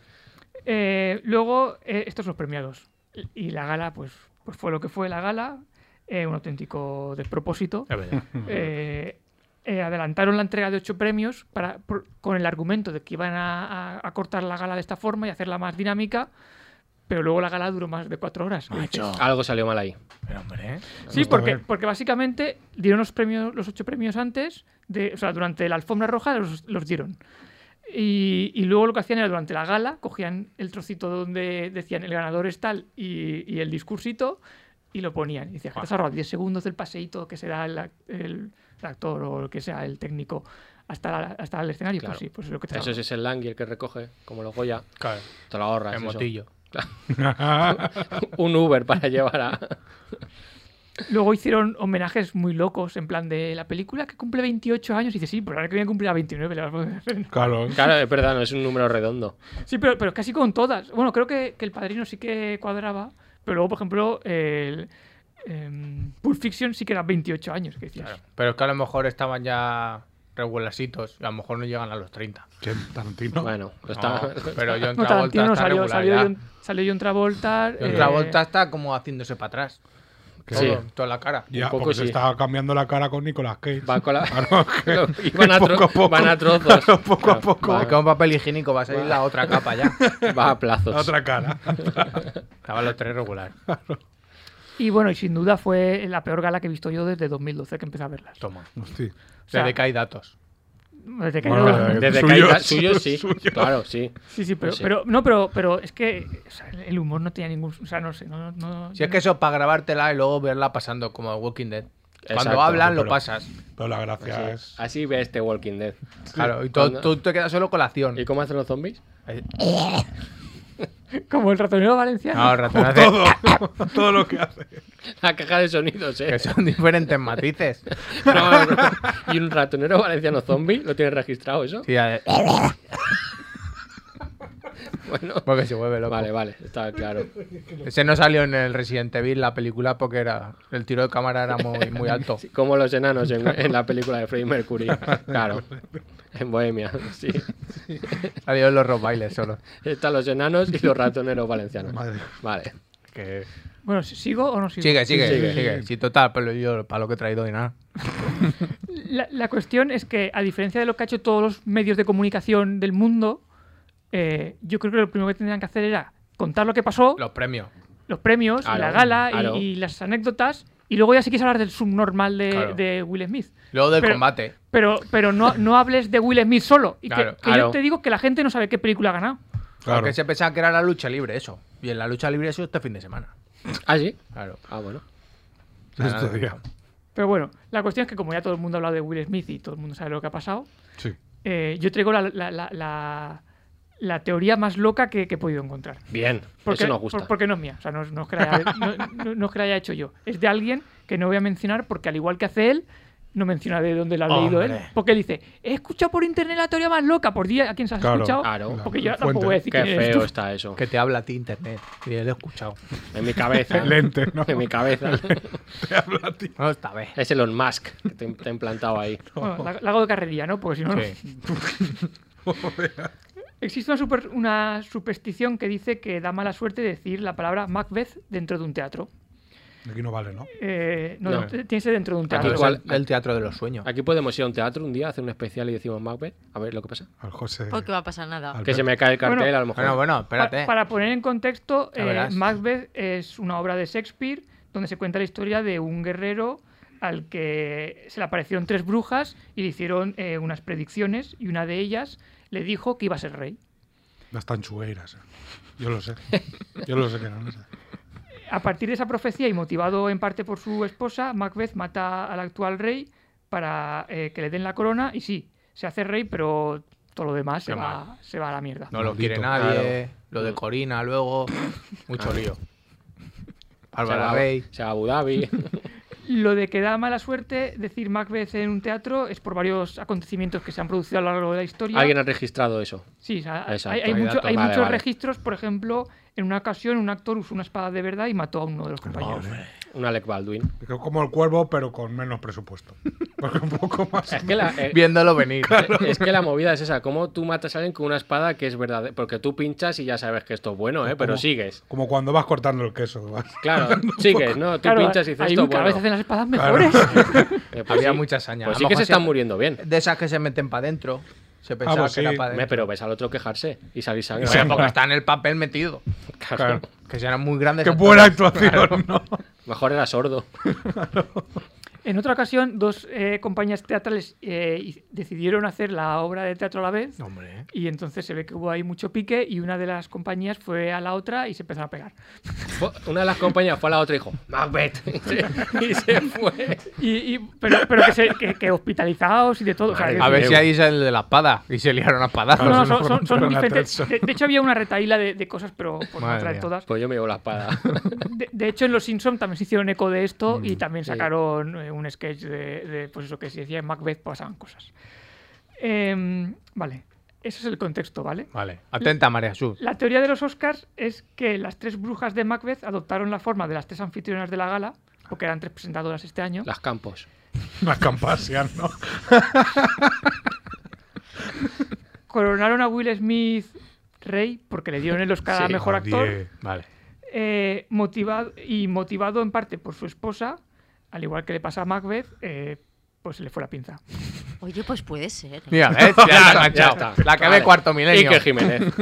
S6: Eh, luego, eh, estos los premiados. Y la gala, pues, pues fue lo que fue la gala, eh, un auténtico despropósito.
S5: Es verdad.
S6: Eh, eh, adelantaron la entrega de ocho premios para, por- con el argumento de que iban a, a- a cortar la gala de esta forma y hacerla más dinámica, pero luego la gala duró más de cuatro horas.
S5: Macho.
S2: Algo salió mal ahí.
S5: Pero hombre, ¿eh?
S6: Sí,
S3: Vamos a
S6: porque,
S3: ver.
S6: porque básicamente dieron los premios, los ocho premios antes, de, o sea, durante la alfombra roja los, los dieron. Y, y luego lo que hacían era durante la gala, cogían el trocito donde decían el ganador es tal y, y el discursito y lo ponían. Y decían, "Que te has ahorrado 10 segundos del paseíto que se da el, ac- el- el actor o el que sea el técnico hasta, la- hasta el escenario.
S2: Claro.
S6: Pues sí, pues es lo que te has
S2: Eso sí es el Langui el que recoge, como los Goya.
S5: Claro.
S2: Te lo ahorras.
S5: El
S2: eso.
S5: motillo.
S2: <laughs> Un Uber para llevar a.
S6: Luego hicieron homenajes muy locos, en plan de la película que cumple 28 años. Y dice, sí, pero ahora que voy a cumplir a 29, le vamos a hacer
S3: Claro.
S2: Claro, es verdad, no es un número redondo.
S6: Sí, pero, pero casi con todas. Bueno, creo que, que el padrino sí que cuadraba, pero luego, por ejemplo, el em, Pulp Fiction sí que era 28 años, que decías.
S5: Claro. Pero es que a lo mejor estaban ya regularcitos. y A lo mejor no llegan a los 30.
S3: Che, Tarantino.
S2: Bueno, lo
S5: No,
S2: está.
S3: <laughs>
S2: <laughs>
S5: pero John
S6: No,
S5: Travolta
S6: Tarantino no
S5: está
S6: salió,
S5: regular
S6: salió,
S5: ya.
S6: John, salió John Travolta.
S5: John
S6: eh,
S5: Travolta está como haciéndose para atrás.
S3: Que-
S2: Sí.
S5: Todo- Toda la cara.
S3: Ya,
S2: Un poco
S3: porque se
S2: sí.
S3: estaba cambiando la cara con Nicolas Cage.
S2: Va con la-
S3: <laughs> Claro, que-
S2: Lo- y van, a
S3: que poco
S2: tro-
S3: a poco.
S2: van a trozos.
S3: Claro, <laughs> poco a poco.
S5: Como que un papel higiénico va a salir la otra capa ya.
S2: Va a plazos.
S3: La otra cara. <laughs>
S5: Estaban los tres regular.
S6: Y bueno, y sin duda fue la peor gala que he visto yo desde 2012 que empecé a verlas.
S5: Toma.
S3: Hostia.
S5: O
S6: sea,
S5: sea, de que hay datos.
S6: Desde que
S3: Bueno,
S6: yo-
S3: eh,
S2: Desde
S3: Suyos.
S2: que hay suyos, sí.
S3: Suyos.
S2: Claro, sí.
S6: Sí, sí, pero,
S2: sí.
S6: pero no, pero, pero es que o sea, el humor no tenía ningún, o sea, no sé, no, no-
S5: Si es que eso es para grabártela y luego verla pasando como el Walking Dead.
S2: Exacto,
S5: Cuando hablan lo
S3: pero-
S5: pasas.
S3: Pero la gracia
S2: Así,
S3: es.
S2: así ve este Walking Dead.
S5: Claro, y tú,
S2: Cuando-
S5: tú te quedas solo con la acción.
S2: ¿Y cómo hacen los zombies? <laughs>
S5: Eh,
S6: como el ratonero valenciano.
S5: <laughs> No, el ratón hace-
S3: Todo. todo lo que hace.
S2: La caja de sonidos, eh.
S5: que son diferentes matices.
S2: No, no. Y un ratonero valenciano zombie, ¿lo tienes registrado eso?
S5: Sí, ya-
S2: Bueno.
S5: porque se vuelve loco.
S2: Vale, vale, está claro.
S5: Ese no salió en el Resident Evil, la película, porque era el tiro de cámara era muy, muy alto.
S2: Sí, como los enanos en, en la película de Freddie Mercury. <laughs> Claro. En Bohemia, sí.
S5: Salió en los rock bailes solo.
S2: Están los enanos y los ratoneros valencianos.
S3: Madre.
S2: Vale.
S5: Que-
S6: Bueno, ¿sigo o no sigo?
S5: Sigue, sigue,
S2: Sí,
S5: sigue,
S2: sigue,
S5: sigue. Sí, total, pero yo para lo que he traído y nada.
S6: La, la cuestión es que, a diferencia de lo que ha hecho todos los medios de comunicación del mundo, eh, yo creo que lo primero que tendrían que hacer era contar lo que pasó,
S5: Los premios.
S6: los premios, y
S2: Claro,
S6: la gala y-
S2: claro.
S6: y, las anécdotas, y luego ya sí quieres hablar del subnormal de,
S5: Claro.
S6: de Will Smith.
S5: Luego del
S6: Pero-
S5: combate.
S6: Pero, pero no, no hables de Will Smith solo. Y que-
S5: Claro,
S6: que,
S2: claro.
S6: yo te digo que la gente no sabe qué película ha ganado.
S3: Claro. <laughs>
S5: Porque se pensaba que era la lucha libre eso. Y en la lucha libre eso este fin de semana.
S2: ¿Ah, sí?
S5: Claro.
S2: Ah, bueno.
S3: Este día.
S6: Pero bueno, la cuestión es que como ya todo el mundo ha hablado de Will Smith y todo el mundo sabe lo que ha pasado,
S3: Sí.
S6: eh, yo traigo la, la- la- la- la teoría más loca que- que he podido encontrar.
S2: Bien.
S6: Porque,
S2: Eso nos gusta.
S6: por- porque no es mía, o sea, no, no es que la haya, no- no- no es que la haya hecho yo. Es de alguien que no voy a mencionar porque al igual que hace él, no menciona de dónde la ha
S5: Hombre.
S6: leído él. Porque dice, he escuchado por internet la teoría más loca por día a quién se ha
S3: Claro.
S6: escuchado.
S2: Claro.
S6: Porque yo
S3: Fuente.
S6: tampoco voy a decir
S2: Qué
S6: quién eres tú.
S2: feo está eso.
S5: Que te habla a ti internet. Y yo lo he escuchado.
S2: En mi cabeza.
S3: Lente, ¿no?
S2: En mi cabeza.
S3: Te habla a ti.
S5: No, esta vez.
S2: Es Elon Musk que te, te ha implantado ahí.
S6: Bueno, la, la hago de carrerilla, ¿no? Porque si no, no.
S5: Sí.
S6: <laughs> Existe una, super- una superstición que dice que da mala suerte decir la palabra Macbeth dentro de un teatro.
S3: Aquí no vale, ¿no?
S6: Eh, no,
S2: No.
S6: t- tiene que ser dentro de un
S2: Aquí
S6: teatro.
S2: igual-
S5: Es el, el teatro de los sueños.
S2: Aquí podemos ir a un teatro un día, hacer un especial y decimos Macbeth. A ver lo que pasa.
S3: Al José.
S4: Porque va a pasar nada.
S3: Al-
S2: Que se me cae el cartel,
S6: Bueno,
S2: a lo mejor.
S5: Bueno, bueno,
S6: Pa-
S5: espérate.
S6: para poner en contexto,
S5: Ya
S6: eh,
S5: verás.
S6: Macbeth es una obra de Shakespeare donde se cuenta la historia de un guerrero al que se le aparecieron tres brujas y le hicieron eh, unas predicciones y una de ellas le dijo que iba a ser rey.
S3: Las tanchugueiras. eh. Yo lo sé. Yo lo sé que no. no sé.
S6: A partir de esa profecía y motivado en parte por su esposa, Macbeth mata al actual rey para eh, que le den la corona y sí, se hace rey, pero todo lo demás se
S5: Qué
S6: va, se va a la mierda.
S5: No lo
S3: Maldito.
S5: quiere nadie. Lo de Corina luego. Mucho lío.
S2: se,
S5: Bárbara
S2: va,
S5: Rey.
S2: se va a Abu <laughs> Dhabi.
S6: Lo de que da mala suerte decir Macbeth en un teatro es por varios acontecimientos que se han producido a lo largo de la historia.
S2: Alguien ha registrado eso.
S6: Sí, o sea, hay-
S2: Exacto,
S6: hay,
S2: hay
S6: mucho-
S2: datos.
S6: hay
S2: Vale,
S6: muchos
S2: vale.
S6: registros. Por ejemplo, en una ocasión un actor usó una espada de verdad y mató a uno de los compañeros.
S2: Un Alec Baldwin.
S3: Que es Como el cuervo, pero con menos presupuesto. <laughs> Porque un poco más.
S2: Es que la, eh,
S5: Viéndolo venir.
S2: Es que la movida es esa, cómo tú matas a alguien con una espada que es verdad, porque tú pinchas y ya sabes que esto es bueno, ¿eh? pero
S3: Como-
S2: sigues.
S3: Como cuando vas cortando el queso. vas-
S5: <laughs>
S2: Claro, sigues, ¿no? Tú
S6: Claro,
S2: pinchas y dices
S6: ahí
S2: esto es
S6: cada vez
S2: bueno.
S6: hacen las espadas mejores.
S2: Eh, pues
S5: Había
S2: sí.
S5: mucha saña.
S2: Pues
S5: A
S2: sí
S5: lo
S2: que
S5: mejor
S2: se están
S5: se-
S2: muriendo bien.
S5: De esas que se meten para adentro. Se pensaba
S3: pues
S5: que era
S3: sí.
S5: para
S2: Hombre,
S5: adentro.
S2: pero ves al otro quejarse y salir sangre.
S5: <laughs> Hombre, porque está en el papel metido.
S2: Claro.
S5: Que serán muy grandes.
S3: Qué
S5: actores.
S3: buena actuación, ¿no?
S2: Mejor era sordo.
S6: en otra ocasión, dos eh, compañías teatrales eh, y- decidieron hacer la obra de teatro a la vez.
S5: Hombre, ¿eh?
S6: Y entonces se ve que hubo ahí mucho pique y una de las compañías fue a la otra y se empezaron a pegar.
S2: Fue- Una de las compañías fue a la otra y dijo, Macbeth. <laughs> Y se, y se fue.
S6: Y, y- pero pero que, se- que- que hospitalizados y de todo. o sea,
S2: Madre
S6: que-
S2: mía.
S5: A ver si
S2: Leo.
S5: ahí es el de la espada. Y se liaron a espada.
S6: No, no,
S3: Claro,
S6: son,
S3: no,
S6: son- son
S3: no, no,
S6: diferentes.
S3: no, no.
S6: De, de hecho, había una retaíla de, de cosas, pero por no
S5: Madre
S6: traer
S5: mía.
S6: todas.
S2: Pues yo me llevo la espada.
S6: De, de hecho, en Los Simpsons también se hicieron eco de esto y también
S2: sí.
S6: sacaron eh, un sketch de, de, pues eso que se decía en Macbeth pasaban cosas. Em, vale, ese es el contexto, ¿vale?
S5: Vale. Atenta, María Jesús.
S6: La teoría de los Oscars es que las tres brujas de Macbeth adoptaron la forma de las tres anfitrionas de la gala, porque eran tres presentadoras este año.
S2: Las campos.
S3: Las campasias, ¿no?
S6: Coronaron a Will Smith rey porque le dieron el Oscar a
S2: Sí,
S6: mejor actor.
S3: Nadie-
S5: Vale.
S6: eh, motivado y motivado en parte por su esposa, al igual que le pasa a Macbeth, eh, pues se le fue la pinza.
S3: <laughs>
S4: Oye, pues puede ser. ¿eh? <laughs>
S5: Mira, ¿ves? Ya está
S2: Ya
S5: enganchado.
S2: está.
S5: La que
S2: Vale.
S5: ve cuarto milenio.
S2: Iker
S5: <laughs>
S2: Jiménez.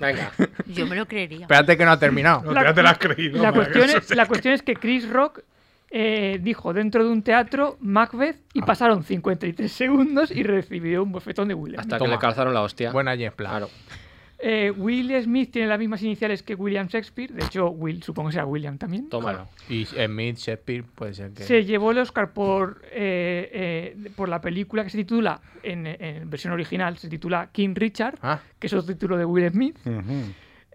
S2: Venga.
S4: Yo me lo creería.
S5: Espérate que no ha terminado.
S3: <laughs> No, ya te la has creído.
S6: La
S3: madre,
S6: cuestión,
S3: eso
S6: es,
S3: sí.
S6: la cuestión es que Chris Rock eh, dijo dentro de un teatro Macbeth y pasaron 53 segundos y recibió un bofetón de Will Smith.
S2: Hasta que
S5: Toma.
S2: le calzaron la hostia.
S5: Buena Jespla.
S2: Claro.
S6: Eh, Will Smith tiene las mismas iniciales que William Shakespeare, de hecho Will supongo que sea William también.
S2: Tómalo.
S5: Y Smith, Shakespeare, puede ser que.
S6: Se llevó el Oscar por, eh, eh, por la película que se titula, en, en versión original, se titula King Richard,
S5: Ah,
S6: que es otro título de Will Smith.
S3: Ujú.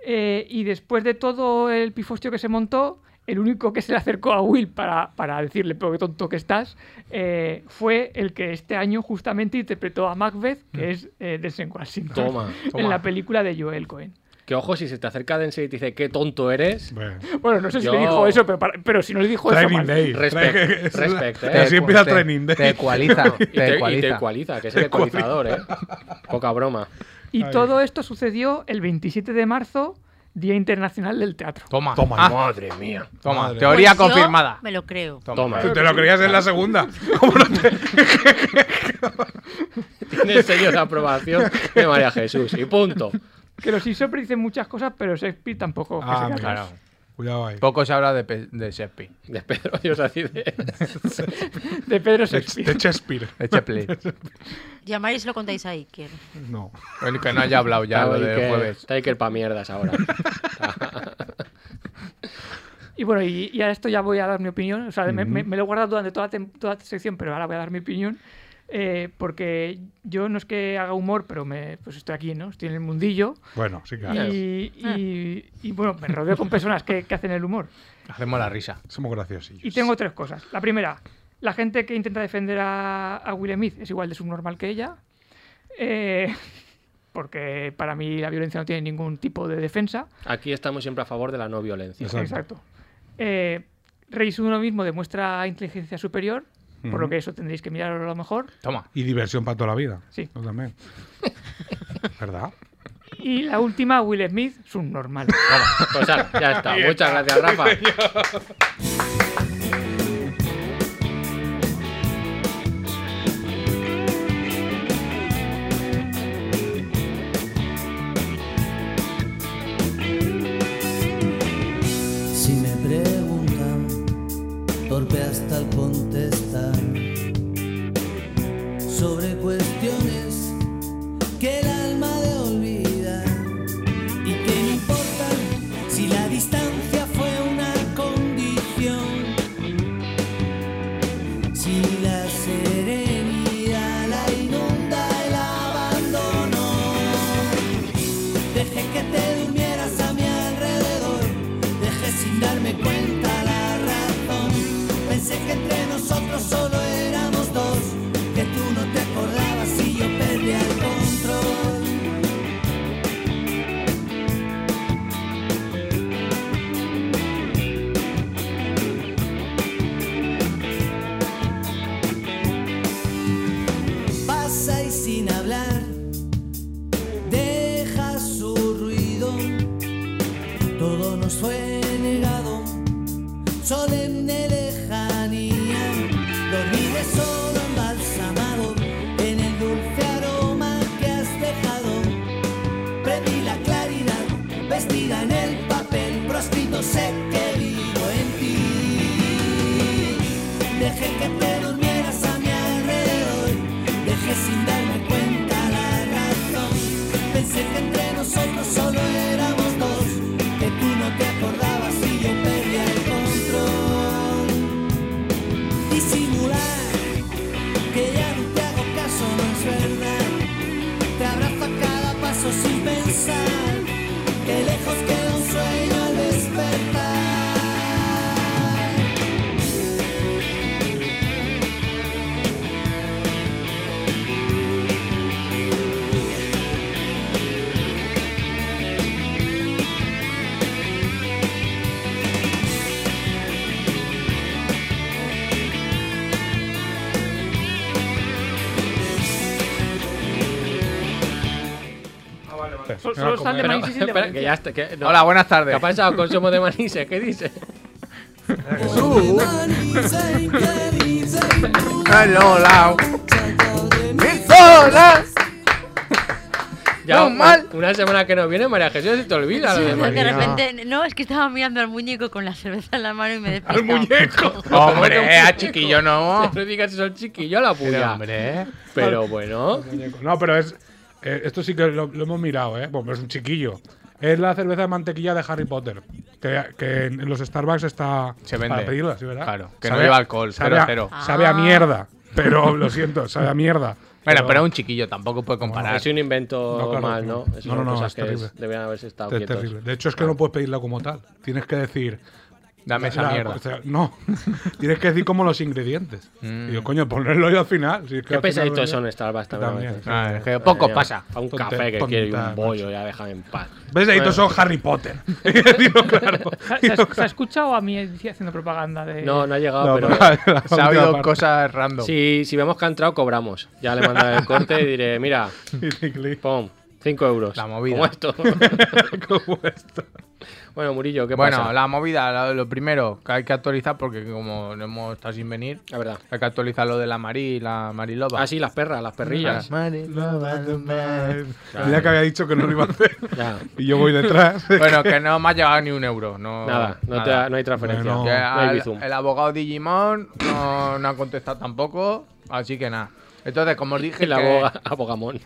S6: Eh, y después de todo el pifostio que se montó, el único que se le acercó a Will para, para decirle, pero qué tonto que estás, eh, fue el que este año justamente interpretó a Macbeth,
S3: Mm.
S6: que es eh, Denzel Washington,
S2: Toma.
S6: en
S5: toma.
S6: la película de Joel Cohen.
S2: Que ojo, si se te acerca Dense y te dice qué tonto eres,
S6: <laughs>
S3: Bueno.
S6: Bueno, no sé si le
S2: Yo-
S6: dijo eso, pero, para- pero si no le dijo eso...
S3: Training
S6: mal.
S3: Day.
S2: Respect,
S3: Trae- es la-
S2: respect, ¿eh?
S3: Así empieza
S5: te-
S3: Training Day.
S5: Te ecualiza.
S2: y te,
S5: Te
S2: y te
S5: ecualiza.
S2: ecualiza, que es el ecualizador, ¿eh? Poca broma.
S6: Y
S3: Ay.
S6: todo esto sucedió el 27 de marzo, Día Internacional del Teatro.
S5: Toma.
S3: Toma.
S5: Ah,
S2: Madre mía.
S5: toma.
S3: Madre.
S4: Pues
S5: Teoría
S4: yo
S5: confirmada.
S4: Me lo creo.
S2: Toma.
S3: Tú <laughs> te lo creías en la segunda. ¿Cómo no <laughs> te-
S2: Tiene el sello de aprobación de María Jesús. Y punto.
S6: Que los hizo dicen muchas cosas, pero Shakespeare tampoco. que
S3: Ah,
S6: se calla.
S3: mira.
S5: Claro.
S3: Cuidado ahí.
S5: Poco se habla de, pe- de Shakespeare.
S2: De Pedro Dios así de...
S6: De
S3: De,
S6: Pedro Shakespeare.
S3: de Shakespeare.
S5: De Shakespeare.
S4: Llamaréis lo contáis ahí. Que...
S3: No.
S5: El que no haya hablado ya
S2: Está
S5: lo
S2: Iker-
S5: de jueves.
S2: Está Iker pa' mierdas ahora.
S6: Y bueno, y, y a esto ya voy a dar mi opinión. O sea, me, me- me lo he guardado durante toda, tem- toda esta sección, pero ahora voy a dar mi opinión. eh, porque yo no es que haga humor, pero me, pues estoy aquí, ¿no? Estoy en el mundillo.
S3: Bueno, sí que
S2: Claro.
S6: Y,
S4: Ah.
S6: y- y, bueno, me rodeo con personas que, que hacen el humor.
S5: Hacemos la risa.
S3: somos graciosillos.
S6: Y tengo tres cosas. La primera, La gente que intenta defender a, a Will Smith es igual de subnormal que ella. eh, <laughs> porque para mí la violencia no tiene ningún tipo de defensa.
S2: Aquí estamos siempre a favor de la no violencia.
S3: Exacto.
S6: Exacto. Eh, reírse de uno mismo demuestra inteligencia superior, por lo que eso tendréis que mirarlo a lo mejor.
S5: Toma.
S3: Y diversión para toda la vida.
S6: Sí.
S3: Yo <laughs> también. ¿Verdad?
S6: Y la última, Will Smith,
S3: <laughs>
S6: subnormal.
S2: Vamos, pues ala, ya está. Muchas gracias, Rafa.
S7: Si me preguntan, torpe hasta el contestar sobre cuestiones que el alma de olvida y que no importan si la distancia fue una condición, si la serenidad la inunda el abandono. Dejé que te durmieras a mi alrededor, dejé sin darme cuenta la razón. Pensé que entre nosotros solo éramos dos, que tú no te acordabas y yo perdía el control. Pasa y sin hablar, deja su ruido. Todo nos fue negado, solemne lejanía. Dormiré solo embalsamado en el dulce aroma que has dejado. Prendí la claridad, vestida en el papel, proscrito sé que vivo en ti. Dejé que te durmieras a mi alrededor, dejé sin darme cuenta la razón. Pensé que entre nosotros solo éramos dos, que tú no te acordabas y yo perdía el control. Disimular, que ya no te hago caso, no es verdad. Te abrazo a cada paso sin pensar, que lejos queda un sueño al despertar.
S6: Sol-
S3: Venga,
S6: Solo sal de
S3: comer.
S6: maíz y sal de
S2: Espera, que
S6: Valencia.
S2: ya está, que- no.
S5: Hola, buenas
S2: ¿Qué ha
S5: tardes.
S2: pasado? Consumo de manises, ¿qué dices?
S5: Hello, lao. No,
S2: un-
S5: mal.
S2: Una semana que no viene, María Jesús, se te olvida lo
S4: Sí,
S2: de
S4: de
S2: maní.
S4: repente, no, es que estaba mirando al muñeco con la cerveza en la mano y me despistó.
S5: ¡Al muñeco! ¡Hombre, a chiquillo no!
S2: No digas eso al chiquillo, la
S5: Pero,
S2: puya.
S5: hombre.
S2: Pero bueno,
S3: Muñeco. No, pero es. eh, esto sí que lo, lo hemos mirado, ¿eh? Bueno, es un chiquillo. Es la cerveza de mantequilla de Harry Potter. Que, que en los Starbucks está.
S5: Se vende.
S3: Para pedirla, sí, ¿verdad?
S5: Claro, que no lleva alcohol,
S3: sabe a-
S5: cero,
S4: cero.
S3: Sabe a
S4: Ah.
S3: mierda. Pero lo siento, sabe a mierda.
S5: <laughs> Bueno, pero un chiquillo tampoco puede comparar.
S2: es un invento
S3: Ah, No, claro,
S2: mal,
S3: no.
S2: ¿no? Es
S3: No,
S2: una
S3: no, no,
S2: cosa
S3: es
S2: que
S3: terrible.
S2: deberían haberse estado
S3: Es
S2: quietos.
S3: terrible. De hecho, es que no puedes pedirla como tal. Tienes que decir.
S5: Dame
S2: <laughs>
S5: esa
S3: la-
S5: mierda.
S3: o sea, no, <laughs> tienes que decir como los ingredientes.
S5: Mm.
S3: Y yo, coño, ponerlo yo al final. si es que
S2: Qué
S3: al final
S2: pesaditos
S3: venía.
S2: son Starbucks también. a
S3: También.
S2: veces.
S5: Ah, es que poco
S2: Madre mía,
S5: pasa.
S2: eh, A un
S3: Tonte-
S2: café que quiere y un
S3: tonta,
S2: bollo, ya déjame en paz.
S3: Pesaditos son Harry Potter. <laughs> Digo, claro.
S2: <laughs>
S6: ¿Se ha- ¿Se ha escuchado a mí haciendo propaganda de.?
S2: No, no ha llegado,
S3: No,
S2: pero.
S3: pero- <laughs> la
S5: Se ha
S3: última
S5: oído
S3: parte.
S5: cosas random.
S2: Si, si vemos que ha entrado, cobramos. Ya le mandaré el corte y diré, mira,
S3: <laughs> Y clic, clic.
S2: pum, 5 euros.
S5: La movida.
S2: Como esto. <laughs>
S3: Como esto.
S2: bueno, Murillo, ¿qué
S5: bueno,
S2: pasa?
S5: la movida, lo, lo primero que hay que actualizar, porque como no hemos estado sin venir,
S2: La verdad.
S5: hay que actualizar lo de la Mari, la Mariloba.
S2: Ah, sí, las perras, las perrillas.
S3: Ya que había dicho que no lo iba a hacer. <laughs>
S2: Ya.
S3: Y yo voy detrás.
S5: <laughs> Bueno, que no me ha llegado ni un euro. No,
S2: Nada, no, te ha- no hay transferencia.
S3: Bueno.
S5: Que
S2: no hay
S5: al-
S2: Bizum.
S5: el abogado Digimon no, no ha contestado tampoco, así que nada. Entonces, como os dije,
S2: El <laughs>
S5: que-
S2: aboga- abogamón.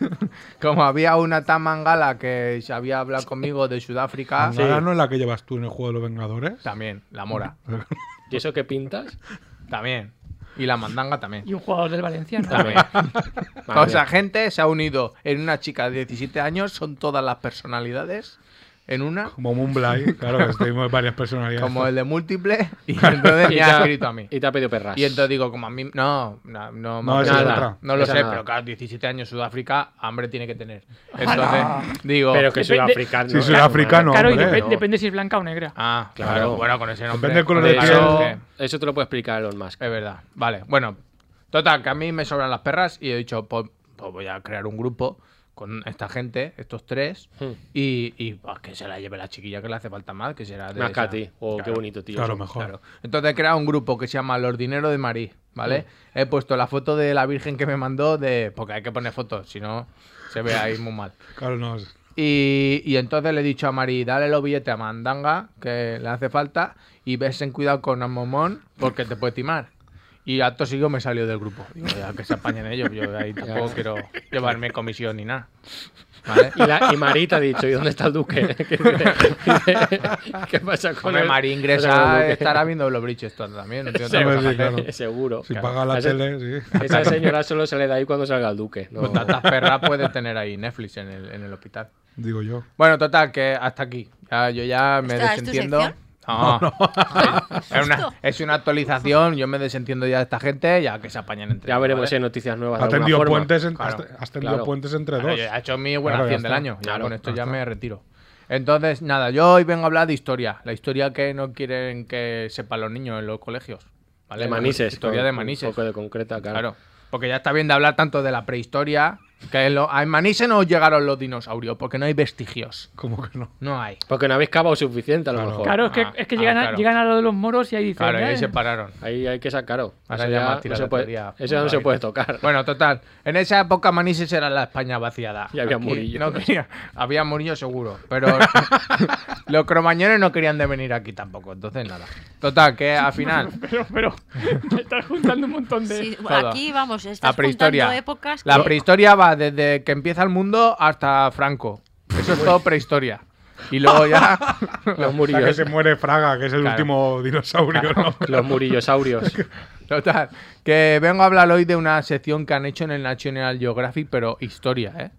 S5: como había una Tamangala que se había hablado conmigo de Sudáfrica,
S3: Ahora no es la que llevas tú en el juego de los Vengadores.
S5: también, la Mora,
S2: ¿Y eso qué pintas?
S5: también. Y la Mandanga también.
S6: Y un jugador del Valenciano.
S5: Ah,
S3: <laughs>
S2: También.
S5: O sea,
S2: Madre
S5: gente se ha unido en una chica de 17 años, son todas las personalidades en una,
S3: Como Moonblight, claro, que estuvimos varias personalidades.
S5: como el de múltiple, y entonces me ha escrito a mí.
S2: Y te ha pedido perras.
S5: Y entonces digo, como a mí. No, no,
S3: No,
S5: no,
S3: esa
S5: me
S3: es
S5: acuerdo.
S3: otra.
S5: No lo
S2: Esa
S5: sé,
S2: nada.
S5: pero claro, 17 años Sudáfrica, hambre tiene que tener. Entonces,
S3: Ah.
S5: digo.
S2: Pero que soy
S6: Depende-
S2: africano.
S3: Sí, sudafricano,
S6: claro, y
S3: Ah, hombre.
S6: depe- depende si es blanca o negra.
S5: Ah, claro.
S2: Claro.
S5: Bueno, con ese nombre.
S3: Depende del color
S2: De
S3: de
S5: claro,
S2: hecho,
S5: es
S2: eso te lo puede explicar Elon Musk.
S5: que- Es verdad. Vale, bueno. Total, que a mí me sobran las perras y he dicho, pues, pues voy a crear un grupo con esta gente, estos tres,
S2: Hmm.
S5: y, y, pues, que se la lleve la chiquilla que le hace falta más, que será de.
S2: Más que a
S5: esa-
S2: ti. Oh, qué
S5: Claro.
S2: bonito, tío.
S3: Claro, mejor.
S5: Claro. Entonces he creado un grupo que se llama Los Dineros de Marí, ¿vale?
S2: Hmm.
S5: He puesto la foto de la Virgen que me mandó de... Porque hay que poner fotos, si no se ve ahí muy mal.
S3: Claro, no. es-
S5: Y, y entonces le he dicho a Marí, dale los billetes a Mandanga, que le hace falta, y ves en cuidado con Amomón, porque te puede timar. Y acto seguido me salió del grupo. Digo, ya que se apañen ellos, yo ahí tampoco quiero llevarme comisión ni nada. ¿Vale?
S2: Y, la, y Marita ha dicho, ¿y dónde está el duque? <laughs> ¿Qué, qué pasa <laughs> con
S5: Hombre,
S2: el-
S5: Marí
S2: con el
S5: ingresa,
S2: duque? <laughs>
S5: estará viendo los briches también. no tiene otra
S3: Hombre,
S5: cosa
S3: sí,
S5: que hacer.
S3: claro.
S2: Seguro.
S3: Si paga la
S2: Ese-
S3: tele, sí.
S2: Esa señora solo se le da ahí cuando salga el duque. ¿no?
S5: Con tantas perras puede tener ahí Netflix en el, en el hospital.
S3: Digo yo.
S5: Bueno, total, que hasta aquí. Ya- yo ya me
S4: ¿Esta es tu
S5: desentiendo.
S4: sección?
S5: No, <laughs> es, una,
S4: justo.
S5: es una actualización. Yo me desentiendo ya de esta gente, ya que se apañan entre
S2: Ya
S5: ellos,
S2: veremos si hay
S5: ¿vale?
S2: noticias nuevas. de
S3: Ha
S2: alguna
S3: tendido
S2: forma.
S3: puentes, en-
S5: Claro,
S3: has- has tendido
S2: claro.
S3: puentes entre
S5: Claro,
S3: dos.
S5: ya he hecho mi buena
S3: Claro, ya
S5: acción del
S3: está.
S5: año. Ya
S2: Claro,
S5: con esto
S3: ya
S5: ya
S3: está.
S5: me retiro. Entonces, nada, yo hoy vengo a hablar de historia. La historia que no quieren que sepan los niños en los colegios. ¿vale?
S2: De manises.
S5: Historia
S2: con-
S5: de
S2: con
S5: manises.
S2: Un poco de concreta, claro.
S5: Claro, porque ya está bien de hablar tanto de la prehistoria, que en, lo- en Manise no llegaron los dinosaurios, porque no hay vestigios.
S3: Como que no.
S5: No hay.
S2: Porque no habéis cavado suficiente, a lo mejor.
S6: Claro, es que,
S5: Ah,
S6: es que
S5: ah,
S6: llegan,
S5: claro.
S6: a, llegan a lo de los moros y ahí dicen.
S5: Claro, y ahí
S6: "Eh,
S5: se pararon.
S2: Ahí hay que sacarlo.
S5: Ahora
S2: Eso
S5: ya
S2: ya
S5: más tira
S2: no se
S5: la
S2: puede-
S5: teoría
S2: eso ya no
S5: por
S2: se
S5: ahí.
S2: puede tocar.
S5: Bueno, total. En esa época Manises era la España vaciada.
S2: Y había Murillo.
S5: no quería- había Murillo seguro, pero <laughs> los cromañones no querían de venir aquí tampoco, entonces nada. Total, que al final...
S6: <laughs> Pero, pero, te estás juntando un montón de.
S4: Sí,
S5: Todo.
S4: aquí vamos,
S5: La
S4: estás
S5: prehistoria.
S4: juntando épocas
S5: La
S4: que-
S5: prehistoria va desde que empieza el mundo hasta Franco. Eso es todo prehistoria. Y
S2: <laughs>
S5: luego ya...
S2: Los
S3: O sea, que
S2: murillos.
S3: se muere Fraga, que es el
S5: Claro.
S3: último dinosaurio,
S2: <laughs>
S3: ¿no?
S2: Los
S5: <laughs>
S2: murillosaurios.
S5: Total, que vengo a hablar hoy de una sección que han hecho en el National Geographic, pero historia, ¿eh?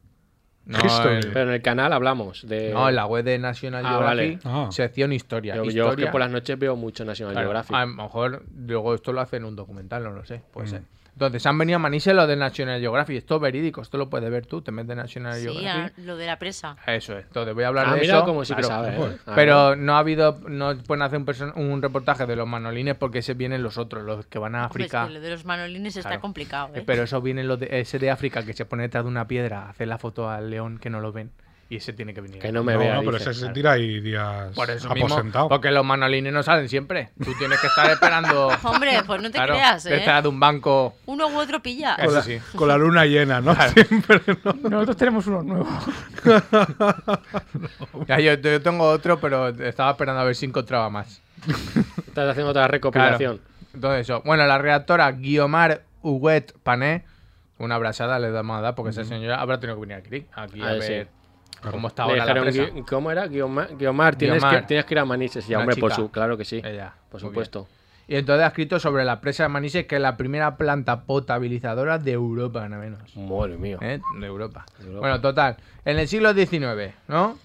S5: No,
S3: History.
S5: el-
S2: Pero en el canal hablamos de.
S5: no, en la web de National
S2: Ah,
S5: Geographic,
S3: vale. Ah.
S5: sección historia.
S2: Yo, yo es
S5: historia
S2: que por las noches veo mucho National
S5: claro,
S2: Geographic.
S5: A lo mejor luego esto lo hacen en un documental, no lo sé,
S2: Mm.
S5: puede ser. Entonces han venido a Manise lo de National Geographic, esto es verídico, esto lo puedes ver tú, te metes en National
S4: Sí, a-
S5: Geographic.
S4: lo de la presa.
S5: Eso es, entonces voy a hablar
S2: Ah,
S5: de
S2: mira
S5: eso.
S2: cómo sí que
S5: claro.
S2: sabe. ¿eh?
S3: Joder.
S2: Ah,
S5: Pero no ha habido, no pueden hacer un, person- un reportaje de los manolines porque ese vienen los otros, los que van a
S4: Hombre, es
S5: África.
S4: que lo de los manolines está
S5: Claro.
S4: complicado.
S5: Eh,
S4: ¿eh?
S5: Pero eso viene lo de, ese de África que se pone detrás de una piedra, hace la foto al león que no lo ven. Y ese tiene que venir.
S2: que no me
S3: No,
S2: vea.
S3: no, pero
S2: dice,
S3: ese se
S2: claro.
S3: tira ahí días
S5: Por eso mismo,
S3: aposentado.
S5: porque los manolines no salen siempre. Tú tienes que estar esperando.
S4: <laughs>
S5: <laughs>
S4: Hombre, pues no te
S5: claro,
S4: creas, ¿eh?
S5: Detrás de un banco.
S4: Uno u otro pilla.
S5: Eso
S3: con, la,
S5: sí.
S3: con la luna llena, ¿no? <laughs>
S6: Nosotros tenemos unos nuevos.
S5: Ya, yo, yo tengo otro, pero estaba esperando a ver si encontraba más.
S2: Estás haciendo otra
S5: Claro.
S2: recopilación.
S5: Entonces, eso. Bueno, la redactora Guiomar Huguet Pané. Una abrazada le damos a dar porque esa señora habrá tenido que venir aquí, aquí a,
S2: A ver, Ah, sí.
S5: ver cómo está
S2: Le
S5: ahora la
S2: dijeron,
S5: presa.
S2: "Gui- ¿Cómo era? Guiomar, Guiomar, tienes,
S5: Guiomar.
S2: Que, tienes que ir a Manises. Ya,
S5: Una
S2: hombre, por
S5: chica.
S2: su, claro que sí.
S5: Ella,
S2: por
S5: muy
S2: supuesto.
S5: Y entonces ha escrito sobre la presa de Manises, que es la primera planta potabilizadora de Europa, nada menos.
S2: Madre mía.
S5: ¿eh? De, Europa.
S2: De Europa.
S5: Bueno, total. En el siglo XIX, ¿no?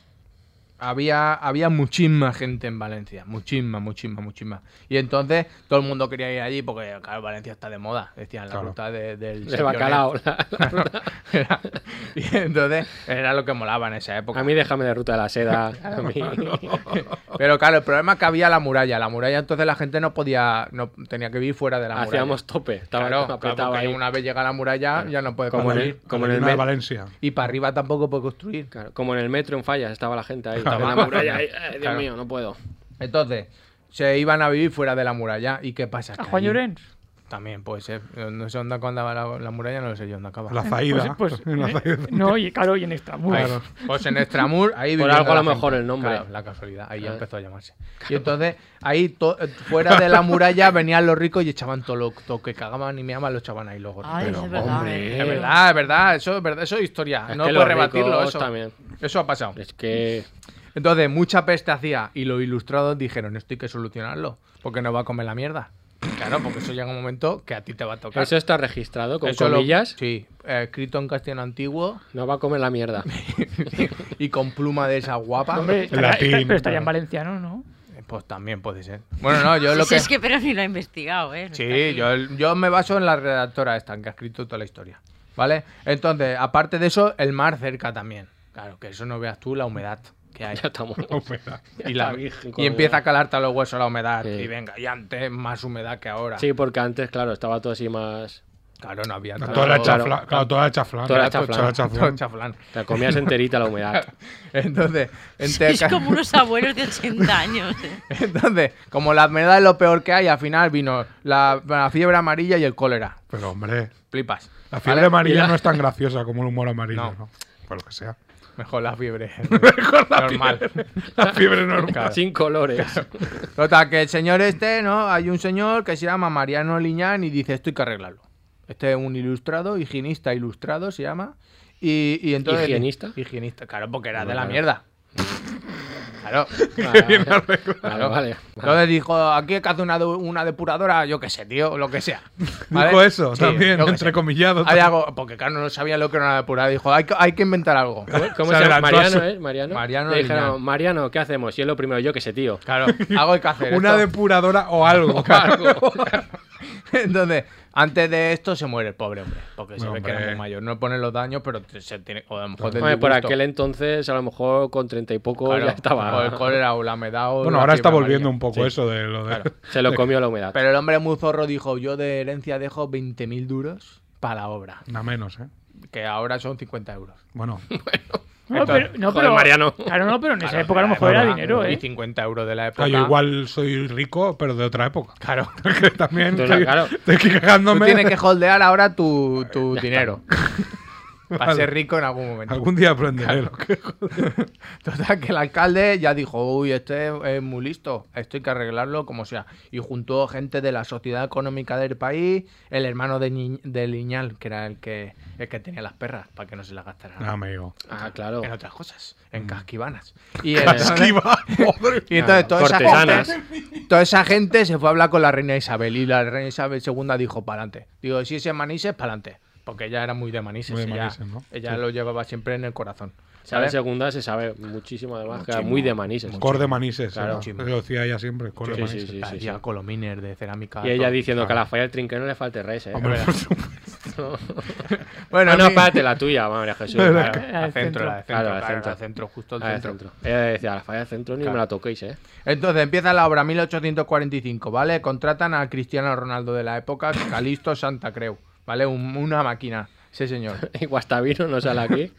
S5: Había, había muchísima gente en Valencia. Muchísima, muchísima, muchísima. Y entonces todo el mundo quería ir allí porque, claro, Valencia está de moda. Decían la
S3: Claro.
S5: ruta de- del.
S2: De
S5: Serionet.
S2: bacalao. <laughs> la- la-
S5: <laughs> Era- y entonces era lo que molaba en esa época.
S2: a mí déjame de ruta de la
S5: <laughs>
S2: seda. A mí.
S5: Pero claro, el problema es que había la muralla. La muralla entonces la gente no podía, no tenía que vivir fuera de la muralla.
S2: Hacíamos tope. Estaba
S5: Claro, claro,
S2: apretado
S5: porque
S2: ahí.
S5: una vez llega la muralla ya no puede
S2: Como en
S5: construir.
S2: el, como en el
S3: de
S2: met-
S3: Valencia.
S5: Y para arriba tampoco puede construir.
S2: claro, como en el metro en fallas estaba la gente ahí.
S5: Claro.
S2: en la muralla
S5: <laughs>
S2: ahí. "Eh, Dios
S5: Claro.
S2: mío, no puedo.
S5: Entonces, se iban a vivir fuera de la muralla. ¿Y qué pasa?
S6: A
S5: Que
S6: Juan
S5: allí-
S6: Llorens.
S5: También puede ser. No- No sé dónde andaba la, la muralla, no lo sé yo dónde acaba.
S3: La
S6: Pues,
S3: zaída.
S6: pues,
S3: <laughs> en la
S6: eh,
S3: zaída.
S6: no, y claro, y en Extramur.
S5: Ahí. Pues en Extramur, ahí
S2: Por
S5: viviendo
S2: algo a
S5: la
S2: lo mejor
S5: gente.
S2: el nombre.
S5: Claro, la casualidad, ahí ya
S2: Ah.
S5: empezó a llamarse. Y entonces, ahí to- eh, fuera de la muralla venían los ricos y echaban todo lo todo que cagaban y meaban los echaban ahí los gordos.
S4: Ay,
S2: Pero,
S4: es verdad.
S2: hombre,
S4: ¿eh?
S5: Es verdad, es verdad, eso es verdad, eso es historia.
S2: Es
S5: no
S2: que
S5: puedes
S2: los
S5: rebatirlo,
S2: ricos
S5: eso.
S2: también.
S5: Eso ha pasado.
S2: Es que.
S5: Entonces, mucha peste hacía y los ilustrados dijeron, esto hay que solucionarlo, porque no va a comer la mierda. Claro, porque eso llega un momento que a ti te va a tocar.
S2: Eso está registrado con
S5: Eso lo-
S2: comillas.
S5: sí, eh, escrito en castellano antiguo
S2: No va a comer la
S5: <laughs>
S2: mierda.
S5: y con pluma de esa guapa.
S6: Hombre, estará-
S3: latín,
S6: está- pero estaría en
S3: claro.
S6: valenciano, ¿no?
S5: Eh, Pues también puede ser. Bueno, no, yo
S4: Sí,
S5: lo
S4: sí,
S5: que.
S4: es que pero ni lo ha investigado, ¿eh?
S5: Sí, yo, yo me baso en la redactora esta, que ha escrito toda la historia. ¿Vale? Entonces, aparte de eso, el mar cerca también. Claro, que eso no veas tú la humedad que hay.
S2: <laughs> Ya estamos.
S3: Oferta.
S2: está
S5: Y, la-
S2: virgen con
S5: y
S2: la
S5: empieza
S2: humedad.
S5: a calarte a los huesos la humedad.
S2: Sí.
S5: Y venga, y antes más humedad que ahora.
S2: Sí, porque antes, claro, estaba todo así más.
S5: Claro, no había
S3: Toda
S5: tanto-
S3: la
S2: claro.
S3: chafla, claro, toda la chaflán.
S2: Toda la
S5: tanto
S2: chaflán.
S5: cha-
S3: Toda la
S5: tanto chaflán.
S2: Te comías enterita la
S5: <laughs>
S2: humedad.
S3: <laughs>
S5: Entonces,
S4: <laughs>
S5: en este
S4: Es
S5: Teca-
S4: como unos abuelos de 80 años. <laughs> ¿eh?
S5: <laughs> entonces, como la humedad es lo peor que hay, al final vino la, la fiebre amarilla y el cólera.
S3: Pero hombre,
S5: Flipas.
S3: la
S5: ¿vale?
S3: fiebre amarilla no es tan graciosa como el humor amarillo,
S5: No.
S3: ¿no? Por lo que sea.
S5: Mejor la
S3: <laughs>
S5: fiebre.
S3: Con la
S5: Normal.
S3: fiebre.
S5: <laughs>
S3: La fiebre normal.
S2: Sin colores.
S5: Total, que el señor este, ¿no? Hay un señor que se llama Mariano Liñán y dice, esto hay que arreglarlo. Este es un ilustrado, higienista ilustrado se llama. Y, y entonces...
S2: ¿Higienista?
S5: Higienista, claro, porque era
S2: Bueno,
S5: de la
S2: claro. <laughs>
S5: mierda. Claro.
S2: Vale, vale, vale.
S5: Entonces dijo, aquí hay que hacer una, de- una depuradora, yo qué sé, tío, lo que sea.
S3: <laughs> Dijo eso también,
S5: yo qué sé.
S3: entrecomillado. <laughs>
S5: Hay algo, porque claro, no sabía lo que era una depuradora. Dijo, hay que, hay que
S3: <laughs>
S5: inventar algo.
S2: ¿Cómo- ¿Cómo
S3: Se
S2: se llama?
S3: adelantó a su-
S2: Mariano, ¿eh? Mariano.
S5: Mariano
S2: Le dijeron,
S5: Liñán.
S2: Mariano, ¿qué hacemos? Y es lo primero, yo que sé, tío.
S5: Claro, algo hay que hacer.
S3: Una
S5: esto-
S3: depuradora o
S5: <laughs>
S3: algo. <laughs>
S5: Entonces, antes de esto se muere el pobre hombre, porque se
S3: No,
S5: ve que era
S3: hombre.
S5: muy mayor. No pone los daños, pero te- se tiene, o a lo mejor del
S2: Hombre, por
S5: disgusto.
S2: aquel entonces, a lo mejor con treinta y poco
S5: Claro,
S2: ya
S5: O el
S2: estaba.
S5: cólera o la humedad. o
S3: Bueno,
S5: la
S3: ahora está
S5: fiebre
S3: volviendo
S5: amarilla.
S3: un poco
S5: Sí.
S3: eso de lo <laughs> de.
S2: Se lo comió la humedad.
S5: Pero el hombre muy zorro dijo, yo de herencia dejo 20.000 duros para la obra,
S3: Nada menos, ¿eh?
S5: que ahora son 50 euros. <laughs>
S3: Bueno, ah,
S6: No, pero, no,
S2: Joder,
S6: pero-
S2: Mariano.
S6: Claro, no, pero en esa
S5: Claro,
S6: época a lo
S5: de la
S6: mejor era
S5: época,
S6: dinero,
S5: Y
S6: ¿eh?
S5: 50 euros de la época.
S3: claro, yo igual soy rico, pero de otra época. <laughs>
S5: Claro.
S3: Que también
S2: Pero,
S3: estoy,
S2: claro.
S3: estoy aquí
S5: Tú
S3: cagándome.
S5: tienes que holdear ahora tu, tu dinero. Para
S3: Vale.
S5: ser rico en algún momento.
S3: Algún día aprenderé lo que-
S5: Total, que el alcalde ya dijo, uy, este es muy listo, esto hay que arreglarlo como sea. Y juntó gente de la sociedad económica del país, el hermano de, Ni- de Liñal, que era el que, el que tenía las perras, para que no se las gastaran
S3: No,
S5: <laughs>
S3: amigo.
S2: Ah, claro.
S5: en otras cosas, en casquivanas. Y,
S3: Esquiva,
S5: Pues
S3: madre.
S5: y entonces
S2: Claro,
S5: toda esa,
S2: cortesanas.
S5: gente, toda esa gente se fue a hablar con la reina Isabel y la reina Isabel II dijo, para adelante. Digo, si ese manises, para adelante. Porque ella era muy de manises,
S3: Muy de
S5: ella,
S3: Manises, ¿no?
S5: ella lo llevaba siempre en el corazón.
S2: Sabe
S5: ¿sabes?
S2: segunda se sabe muchísimo además, que era
S5: Muchísimo.
S2: muy de manises.
S3: Cor de manises.
S2: Claro.
S3: ¿no? Lo decía ella siempre. Cor de
S2: Sí, sí,
S3: manises.
S2: sí, sí, sí.
S5: Hacía colomines de cerámica.
S2: Y ella
S5: todo.
S2: diciendo que a
S3: claro.
S2: la falla del trinquero no le falte res, ¿eh?
S3: Hombre,
S5: Bueno,
S2: Ah, no,
S5: a mí- <laughs>
S2: espérate, la tuya, madre
S3: <laughs>
S2: Jesús. claro.
S5: Al centro, la de centro,
S2: Claro, al
S5: claro,
S2: centro.
S5: al centro, justo al
S2: Ah, el
S5: centro.
S2: centro. Ella decía, la falla del centro ni
S5: Claro.
S2: me la toquéis, ¿eh? <laughs>
S5: Entonces empieza la obra 1845, ¿vale? Contratan a Cristiano Ronaldo de la época, Calisto Santa Creu, ¿vale? Un- una máquina, sí señor.
S2: Y Guastavino no sale
S5: <laughs>
S2: aquí.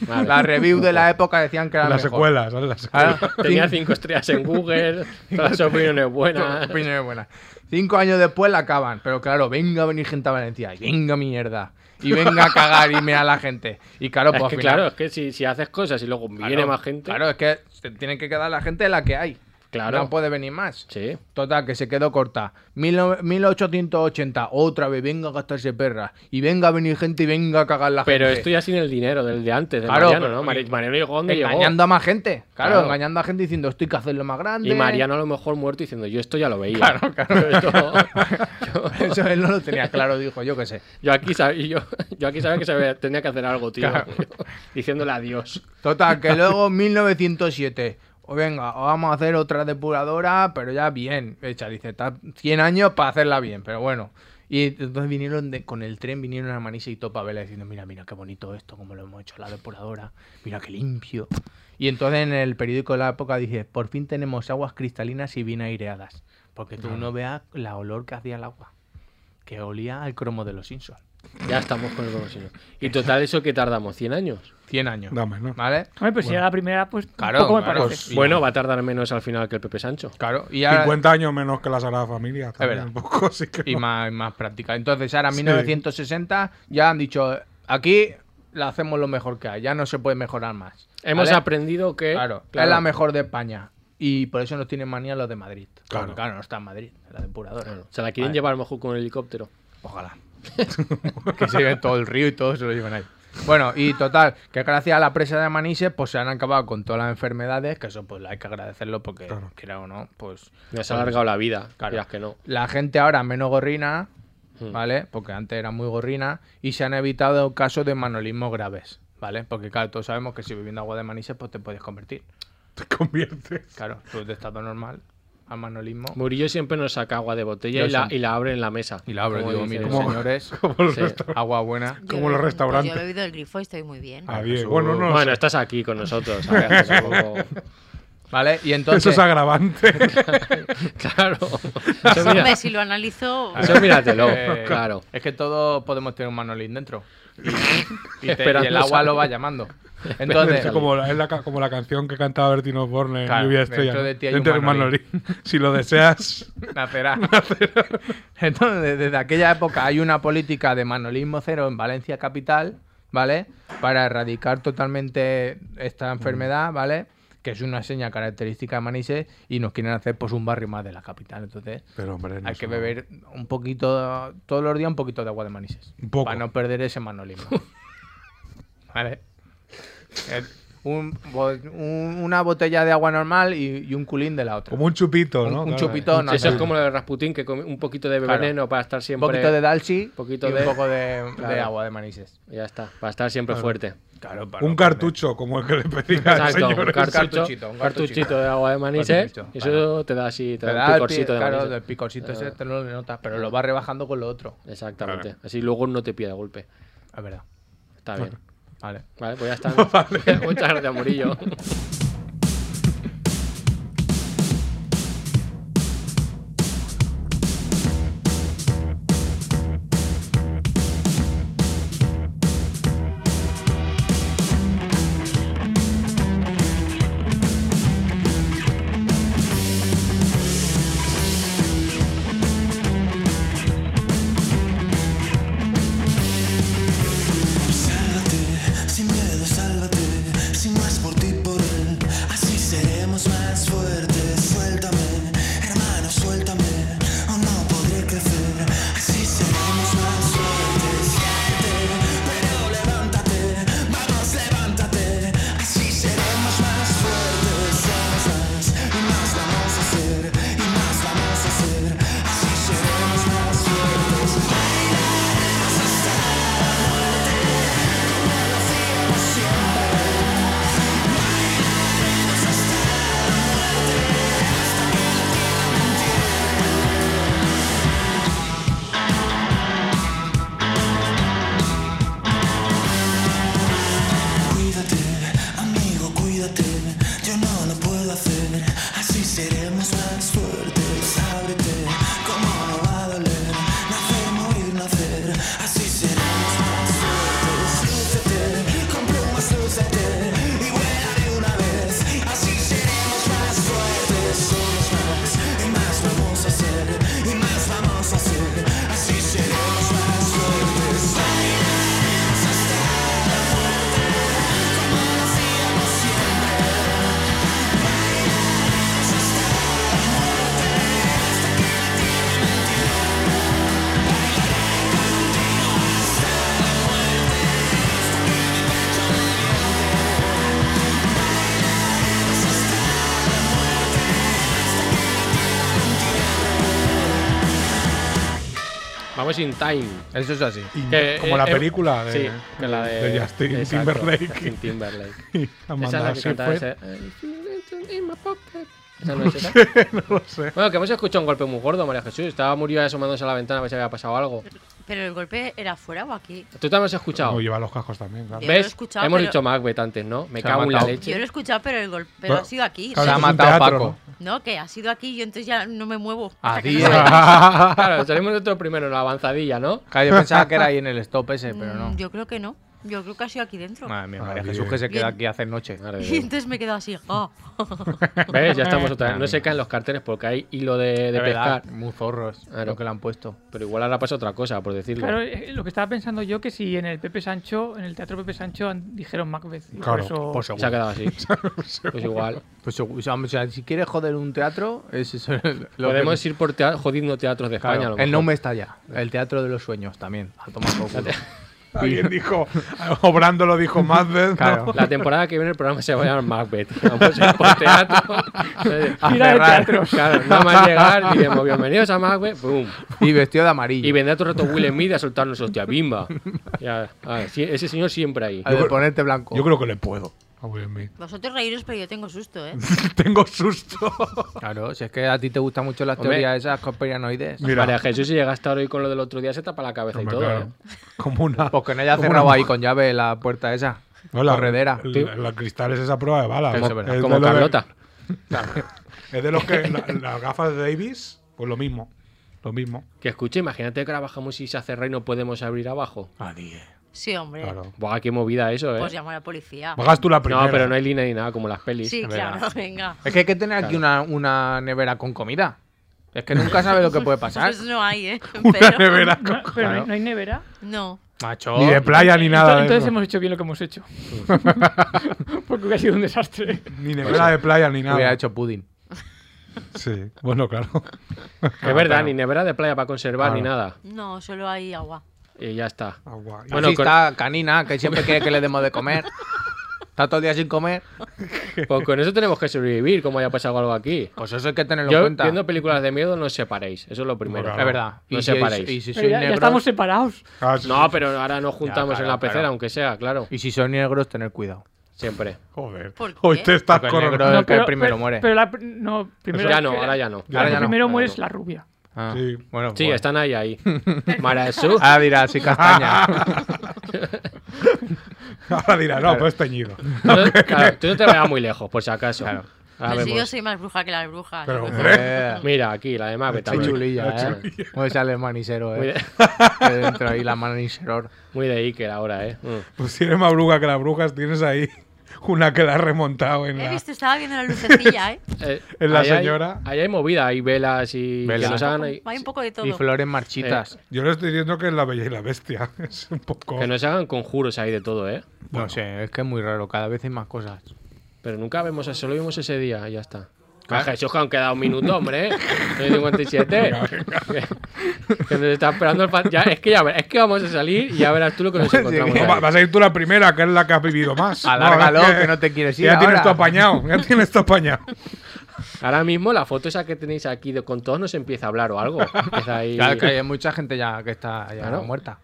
S2: Vale.
S5: La review de la época decían que era
S3: Las
S5: mejor.
S3: secuelas, ¿sabes? Las
S5: Ahora,
S3: secuelas.
S2: Tenía
S5: cinco-
S2: cinco estrellas en Google, todas las opiniones buenas.
S5: opiniones buenas. Cinco años después la acaban, pero claro, venga a venir gente a Valencia, y venga mierda, y venga a cagar y mea a la gente. Y claro, pues
S2: Es
S5: al
S2: que
S5: final-
S2: claro, es que si, si haces cosas y luego viene
S5: Claro,
S2: más gente.
S5: Claro, es que se tiene que quedar la gente la que hay.
S2: Claro.
S5: No puede venir más.
S2: Sí.
S5: Total, que se quedó corta. Mil no- 1880, otra vez, venga a gastarse perras. Y venga a venir gente y venga a cagar la
S2: Pero
S5: gente.
S2: esto ya sin el dinero del de antes, del
S5: Claro,
S2: Mariano,
S5: pero-
S2: ¿no? Mari- Mariano llegó donde llegó.
S5: Engañando a más gente. Claro,
S2: Claro.
S5: engañando a gente diciendo, esto hay que hacerlo más grande.
S2: Y Mariano a lo mejor muerto diciendo, yo esto ya lo veía.
S5: Claro, claro.
S2: <laughs> Yo,
S5: <laughs> Eso él no lo tenía claro, dijo, yo qué sé.
S2: yo aquí sabía, yo, yo aquí sabía que sabía- tenía que hacer algo, tío.
S5: Claro.
S2: <laughs> Diciéndole adiós.
S3: <laughs>
S5: Total, que luego 1907. O Pues venga, o vamos a hacer otra depuradora, pero ya bien hecha. Dice, está 100 años para hacerla bien, pero bueno. Y entonces vinieron de- con el tren, vinieron a Manisa y Topa Vela diciendo, mira, mira qué bonito esto, como lo hemos hecho la depuradora, mira qué limpio. Y entonces en el periódico de la época dice, por fin tenemos aguas cristalinas y bien aireadas. Porque tú no veas la olor que hacía el agua, que olía al cromo de los Simpsons.
S2: Ya estamos con el conocido. Y total, ¿eso que tardamos? ¿100 años?
S5: 100 años.
S3: Dame, ¿no?
S5: ¿Vale?
S6: Hombre, pues si era la primera, pues
S5: Claro,
S6: poco me
S5: claro,
S6: parece.
S5: Sí.
S2: Bueno, va a tardar menos al final que el Pepe Sancho.
S5: Claro. Y ahora-
S3: 50 años menos que la Sagrada Familia. También,
S5: verdad.
S3: un poco, sí que
S5: y
S3: no.
S5: más, más práctica. Entonces, ahora en
S3: Sí.
S5: 1960 ya han dicho, aquí la hacemos lo mejor que hay, ya no se puede mejorar más.
S2: Hemos
S5: ¿Vale?
S2: aprendido que...
S5: Claro, es la mejor de España. Y por eso nos tienen manía los de Madrid. Claro,
S3: Claro.
S5: claro no está en Madrid, la depuradora.
S2: Se la quieren
S5: Vale.
S2: llevar a lo mejor con un helicóptero. <laughs>
S5: Ojalá. que se lleven todo el río y todo se lo lleven ahí. Bueno, y total, que gracias a la presa de Manises, pues se han acabado con todas las enfermedades, que eso pues hay que agradecerlo porque, quiera o no, pues
S2: Nos ha alargado la vida,
S5: Claro.
S2: quieras que no.
S5: la gente ahora menos gorrina,
S2: Hmm.
S5: ¿vale? Porque antes era muy gorrina y se han evitado casos de manolismo graves, ¿vale? Porque claro, todos sabemos que si bebiendo agua de manises pues te puedes convertir.
S3: Te
S5: <laughs>
S3: conviertes.
S5: Claro, tú de estado normal al manolismo
S2: Murillo siempre nos saca agua de botella
S5: Yo
S2: y la,
S5: sí.
S2: y la abre en la mesa.
S5: y la abro,
S2: Como
S5: digo,
S2: dice
S5: mire,
S2: el señor. <laughs>
S5: señores, <laughs>
S2: Sí.
S5: agua buena.
S4: Yo
S3: Como los
S4: he-
S3: restaurantes.
S4: Yo he bebido el grifo y estoy muy bien.
S3: Ah, bien. Bueno, no lo
S2: Bueno,
S3: sé.
S2: estás aquí con nosotros. a
S5: <laughs>
S2: ver, tampoco-
S5: ¿Vale? Y entonces
S3: Eso es
S5: <laughs>
S3: agravante.
S2: <laughs> Claro. Eso mira-
S4: <laughs> Hombre, si lo analizo,
S5: Ah.
S2: eso
S5: <laughs>
S2: míratelo,
S5: Eh,
S2: claro.
S5: Es que todos podemos tener un manolín dentro. Y, y te-
S2: <laughs>
S5: y
S2: Esperando
S5: el agua
S2: salir.
S5: lo
S2: <laughs>
S5: va llamando. Entonces,
S2: salir.
S3: como, la, es la, ca- como la canción que cantaba Bertín Osborne en
S5: Claro,
S3: Lluvia de Estrella.
S5: dentro de ti hay un
S3: del
S5: manolín.
S3: manolín. <laughs> Si lo
S5: <laughs>
S3: deseas,
S5: nacerá. Entonces, desde aquella época hay una política de manolismo cero en Valencia capital, ¿vale? Para erradicar totalmente esta enfermedad, ¿vale? Que es una seña característica de Manises y nos quieren hacer pues un barrio más de la capital. Entonces,
S3: Pero hombre, Pues no
S5: hay que
S3: sé.
S5: beber un poquito, todos los días un poquito de agua de manises.
S3: Un poco.
S5: Para no perder
S3: <laughs>
S5: ese manolismo. ¿Vale? Eh, un bo- un- una botella de agua normal y, y un culín de la otra.
S3: Como un chupito,
S5: Un-
S3: ¿no?
S5: un
S3: Claro.
S5: chupito, no,
S2: Eso es
S5: no.
S2: como lo de Rasputín, que come un poquito de
S5: Claro.
S2: veneno para estar
S5: un
S2: siempre.
S5: poquito de dalsi
S2: poquito
S5: y
S2: de-
S5: un poco de,
S2: <laughs> Claro.
S5: de agua de manises.
S2: Ya está, para estar siempre
S5: <laughs>
S2: fuerte.
S5: Claro,
S3: Un cartucho, como el que le pedía al
S2: Exacto, un
S3: señor. este.
S5: cartucho.
S2: cartuchito, un cartuchito de agua de manises.
S5: Cartuchito,
S2: y eso
S5: claro.
S2: te da así, te,
S5: Te
S2: da
S5: da
S2: un
S5: el pi-
S2: picorcito de ¿eh?
S5: claro,
S2: manises.
S5: del picorcito ese te no lo notas, pero lo vas rebajando con lo otro.
S2: Exactamente. Así luego no te pide golpe.
S5: Es verdad.
S2: Está bien.
S5: Vale.
S2: Vale, pues ya está. ¿no? <laughs> Muchas gracias, Murillo.
S7: Sálvate, sin miedo, sálvate. Si no es por ti, por él. Así seremos más fuertes. Suéltame, hermano, suéltame. O no podré crecer. Así seremos más fuertes. Caerte, pero levántate. Vamos, levántate. Así seremos más fuertes. Somos más, y más vamos a ser. Y más vamos a ser. Así seremos más fuertes. Cuídate, amigo, cuídate. Yo no lo puedo hacer. Así seremos más fuertes. Ábrete, como no va a doler. Nacer, morir, nacer. Así seremos más fuertes. Lúcete, con plumas, lúcete. Y vuela de una vez. Así seremos más fuertes. Somos más, y más vamos a ser. Y más vamos a ser. Así seremos más fuertes.
S2: Vamos in time.
S5: Eso es así.
S3: Y
S2: Que,
S3: como
S2: eh,
S3: la
S2: eh,
S3: película de,
S2: sí, que la de,
S3: de Justin
S2: exacto,
S3: Timberlake.
S5: <laughs>
S2: Justin Timberlake.
S3: Amanda
S2: Esa es la que cantaba
S3: Seyfried.
S2: ese, "I feel it in my pocket". Esa no es esa.
S3: No lo sé.
S2: Bueno, que hemos escuchado un golpe muy gordo, María Jesús. Estaba Murillo ahí asomándose a la ventana a ver si había pasado algo.
S4: pero el golpe era fuera o aquí.
S2: ¿Tú también has escuchado?
S3: No, lleva los cascos también, claro.
S4: Yo lo he
S2: ¿Ves?
S4: escuchado,
S2: hemos
S4: pero-
S2: dicho Macbeth antes, ¿no? Me
S5: Se
S2: cago
S5: ha
S2: en la
S5: matado.
S2: leche.
S4: Yo lo he escuchado, pero el golpe
S3: Bueno,
S4: ha sido aquí.
S5: Se
S3: claro,
S5: ha
S3: es un
S5: matado
S3: teatro,
S5: Paco.
S4: No, que ha sido aquí, yo entonces ya no me muevo.
S5: Ah,
S4: Hasta que
S5: tío.
S4: no se vaya.
S2: Claro, salimos nosotros primero en la avanzadilla,
S4: <laughs>
S2: ¿no?
S5: <laughs> Claro, yo pensaba que era ahí en el stop ese, pero no.
S4: Mm, Yo creo que no. Yo creo que ha sido aquí dentro.
S5: Madre mía,
S3: Ah,
S5: María
S3: bien.
S5: Jesús que se queda
S4: Bien.
S5: aquí hace noche.
S2: Madre
S4: <laughs> Y
S2: de Dios.
S4: entonces me quedo así. ah.
S2: ¿Ves? Ya estamos otra vez. No se caen los carteles porque hay hilo de, de
S5: Es verdad,
S2: pescar.
S5: Muy zorros
S2: Claro.
S5: lo que le han puesto.
S2: Pero igual ahora pasa otra cosa, por decirlo.
S6: Claro, eh, lo que estaba pensando yo que si en el Pepe Sancho, en el Teatro Pepe Sancho han- dijeron Macbeth. y
S3: Claro,
S6: por
S5: Pues
S6: eso...
S2: se ha
S5: seguro. <laughs>
S2: quedado así. pues igual.
S5: Pues seguro. O sea, o sea, si quieres joder un teatro, es eso. <laughs> Lo
S2: Podemos
S5: que-
S2: ir por tea- jodiendo teatros de España.
S5: Claro,
S2: a lo
S5: el
S2: mejor. <laughs>
S5: nombre está ya. El teatro de los sueños también. A tomar por culo.
S3: Alguien dijo, obrando lo dijo más veces.
S5: Claro.
S2: La temporada que viene el programa se va a llamar
S5: <laughs>
S2: Macbeth. Vamos a ir por teatro.
S5: A
S6: Gira de
S2: <laughs>
S5: cerrar.
S6: teatros.
S2: Claro, nada más llegar, diremos bienvenidos a Macbeth, boom.
S5: Y vestido de amarillo.
S2: Y vendrá todo el rato
S5: <laughs>
S2: Will Smith a soltarnos, hostia, bimba. Ya, a ver, sí, ese señor siempre ahí.
S5: Al de ponerte blanco.
S3: Yo creo que le puedo. a Will Smith.
S4: Vosotros reíros, pero yo tengo susto,
S5: <laughs>
S4: ¿eh?
S3: <laughs> Tengo susto.
S5: Claro, si es que a ti te gustan mucho las
S2: Hombre.
S5: teorías esas conspiranoides.
S3: Mira.
S2: María Jesús, si llega hasta hoy con lo del otro día, se tapa la cabeza
S3: Hombre,
S2: y todo.
S3: claro.
S2: ¿eh?
S3: Como una.
S5: Porque no haya
S3: como
S5: cerrado
S3: una
S5: ahí
S3: mujer.
S5: Pues con llave la puerta esa.
S3: No, la-
S5: corredera.
S3: el- el- Los cristales esa prueba de bala.
S5: Eso
S3: ¿no?
S5: es verdad.
S3: de
S2: ¿eh? Como
S3: lo de-
S2: Carlota.
S3: es de los que. la- las gafas de Davis, pues lo mismo. Lo mismo.
S2: Que escuche, imagínate que trabajamos y se cerrar y no podemos abrir abajo.
S4: Sí, hombre.
S3: Claro.
S2: Buah, qué movida eso, ¿eh?
S4: Pues llamo a la policía.
S3: Pagas tú la primera.
S2: No, pero no hay línea ni nada, como las pelis.
S4: Sí,
S5: es verdad.
S4: claro, <laughs> venga.
S5: Es que hay que tener aquí una, una nevera con comida. Es que nunca sabes lo que puede
S6: <laughs>
S5: pasar.
S4: Pues no hay, ¿eh?
S3: <laughs> Una
S4: Pero- <laughs>
S3: nevera.
S6: No, pero no, hay, no hay nevera.
S4: No.
S5: Macho.
S3: Ni de playa ni nada. ¿eh? de
S6: entonces, entonces
S3: eso.
S6: hemos hecho bien lo que hemos hecho. Porque hubiera sido un desastre.
S3: Ni nevera de playa ni
S5: Hubiera
S3: nada.
S5: hecho pudding.
S3: Sí. Bueno, claro.
S5: Ah,
S2: es verdad, ni nevera de playa para conservar ni nada.
S4: No, solo hay agua.
S2: Y ya está.
S3: Agua.
S2: Bueno,
S5: Así
S2: con-
S5: está Canina, que
S3: <laughs>
S5: siempre quiere que le demos de comer. Está todo el día sin comer.
S2: Pues con eso tenemos que sobrevivir, como haya pasado algo aquí.
S5: Pues eso hay que tenerlo en
S2: Yo
S5: cuenta.
S2: viendo películas de miedo no os separéis, eso es lo primero.
S3: No,
S5: Es verdad.
S2: No
S5: y si,
S2: separéis.
S5: y si
S6: Pero
S5: sois
S6: ya, ya
S5: negros,
S6: estamos separados.
S3: Ah, sí,
S2: No,
S3: sí.
S2: pero ahora nos juntamos
S5: Ya, claro,
S2: en la pecera,
S5: claro.
S2: aunque sea, claro.
S5: y si sois negros, tener cuidado.
S2: Siempre.
S3: Joder.
S4: ¿Por qué?
S3: Hoy te estás
S5: Porque el negro
S3: corriendo.
S5: es el que primero muere.
S6: Pero la, pr- no, primero,
S2: ya no, ahora ya no.
S5: Ahora ya no.
S6: primero
S2: Claro.
S6: mueres la rubia.
S5: Ah,
S3: Sí.
S5: Bueno,
S2: Sí,
S5: bueno.
S2: están ahí,
S5: <laughs>
S2: ahí. Marasú.
S5: Ahora dirás,
S3: <laughs>
S5: sí, castaña.
S3: Ahora dirá, no, pues teñido.
S2: Tú, no- claro, tú no te vayas muy lejos, por si acaso. Ahora
S5: Pues
S4: Pero si yo
S2: vemos.
S4: soy más bruja que las brujas.
S3: Pero,
S4: yo-
S5: <laughs>
S3: hombre.
S5: Eh,
S2: Mira, aquí, la de Macbeth
S5: Qué
S2: también.
S5: chulilla, ¿eh? Cómo sale el manicero,
S2: Muy
S5: ¿eh?
S2: de,
S5: De dentro ahí la manicero.
S2: muy de Iker ahora, ¿eh? Mm.
S3: Pues si eres más bruja que las brujas, tienes ahí una que la has remontado en
S4: He
S3: la.
S4: visto, estaba viendo la lucecilla, ¿eh?
S2: Eh,
S3: Es la
S2: ahí hay-
S3: señora.
S2: Ahí hay movida, hay velas y
S5: Velas.
S2: que nos hagan ahí-
S4: Hay un poco de todo.
S5: Y flores marchitas.
S2: Eh,
S3: Yo le estoy diciendo que es la bella y la bestia. <laughs> Es un poco.
S2: que nos hagan conjuros ahí de todo, ¿eh?
S5: No sé, es que es muy raro. Cada vez hay más cosas.
S2: Pero nunca vemos eso, solo vimos ese día y ya está. A Jesús que han quedado un minuto, hombre, ¿eh? Soy 57. <laughs> Que- que nos está esperando el fan- ya, es que ya ver- es que vamos a salir y ya verás tú lo que nos encontramos.
S3: No,
S2: ahí.
S3: va- vas a ir tú la primera, que es la que has vivido más.
S5: <laughs> Alárgalo,
S3: es
S5: que no te quieres ir
S3: Ya tienes
S5: ahora.
S3: tu apañado, ya tienes tu
S5: <laughs>
S3: apañado.
S2: Ahora mismo la foto esa que tenéis aquí de con todos nos empieza a hablar o algo. Empieza ahí.
S5: Claro, que hay mucha gente ya que está ya
S2: Claro.
S5: muerta.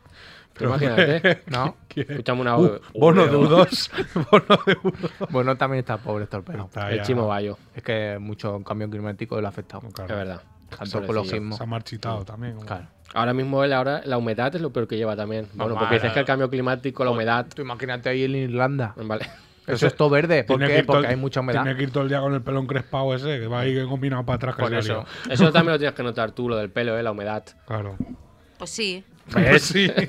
S2: Tú imagínate. <laughs>
S5: ¿No?
S2: Escuchamos una
S3: Uh, bono de
S5: <laughs>
S3: U2. bono de U2.
S5: Bueno, también está pobre esto el pelo.
S3: Está
S2: El
S3: ya,
S2: chimo Bayo,
S5: Es que mucho cambio climático lo ha afectado.
S2: es
S3: claro.
S2: verdad.
S5: Tanto
S2: Pobrecillo.
S5: ecologismo.
S3: Se ha marchitado también.
S5: Claro.
S2: Ahora mismo él, ahora, la humedad es lo peor que lleva también. Bueno,
S5: Normal,
S2: porque dices
S5: Pues claro. Pues
S2: que el cambio climático, la humedad.
S5: Tú imagínate ahí en Irlanda. <laughs>
S2: Vale.
S5: Eso es todo verde. ¿Por
S3: Tiene que
S5: qué?
S3: ir todo-
S5: Porque hay mucha humedad.
S3: Tiene que ir todo el día con el pelo encrespado ese, que va ahí combinado para atrás. que
S5: Por
S3: se ha
S5: eso.
S3: <laughs> liado.
S2: Eso también lo tienes que notar tú, lo del pelo, ¿eh? la humedad.
S3: Claro.
S4: Pues sí,
S3: Pues <laughs>
S5: <laughs>
S3: sí.
S4: sí,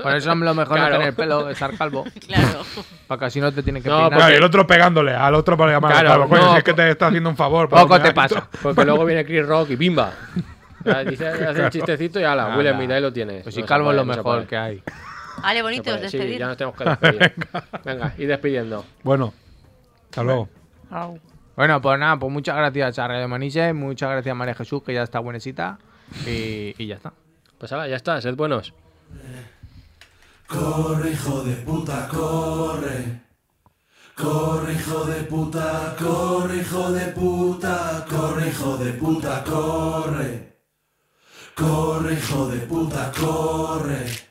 S5: Por eso es lo mejor
S2: Claro.
S5: no tener pelo, estar calvo.
S4: claro.
S5: Para que así no te tienes que
S2: No,
S5: peinar.
S3: Claro, y el otro pegándole, al otro para llamar
S2: Claro,
S3: claro, coño,
S2: no.
S3: si es que te está haciendo un favor.
S5: Poco
S3: porque-
S5: te <laughs> pasa.
S2: Porque luego viene Chris Rock y bimba. Ya, Dice, hace un chistecito y ala, Will Smith, ahí lo tienes.
S5: Pues si
S2: No se
S5: calvo
S2: puede,
S5: es lo
S2: no se
S5: mejor
S2: puede.
S5: que hay.
S4: Vale,
S2: No se
S4: bonitos,
S2: puede. Sí,
S4: despedir.
S2: ya nos tenemos que
S5: <laughs>
S2: despedir. Venga, ir despidiendo.
S3: Bueno, hasta luego.
S6: Au.
S5: Bueno, pues nada, pues muchas gracias a Radio Maniche, muchas gracias a María Jesús, que ya está buenecita. Y, y ya está.
S2: Pues ala, ya está, sed buenos.
S7: Corre, hijo de puta, corre. Corre, hijo de puta, corre, hijo de puta, corre, hijo de puta, corre. Corre, hijo de puta, corre.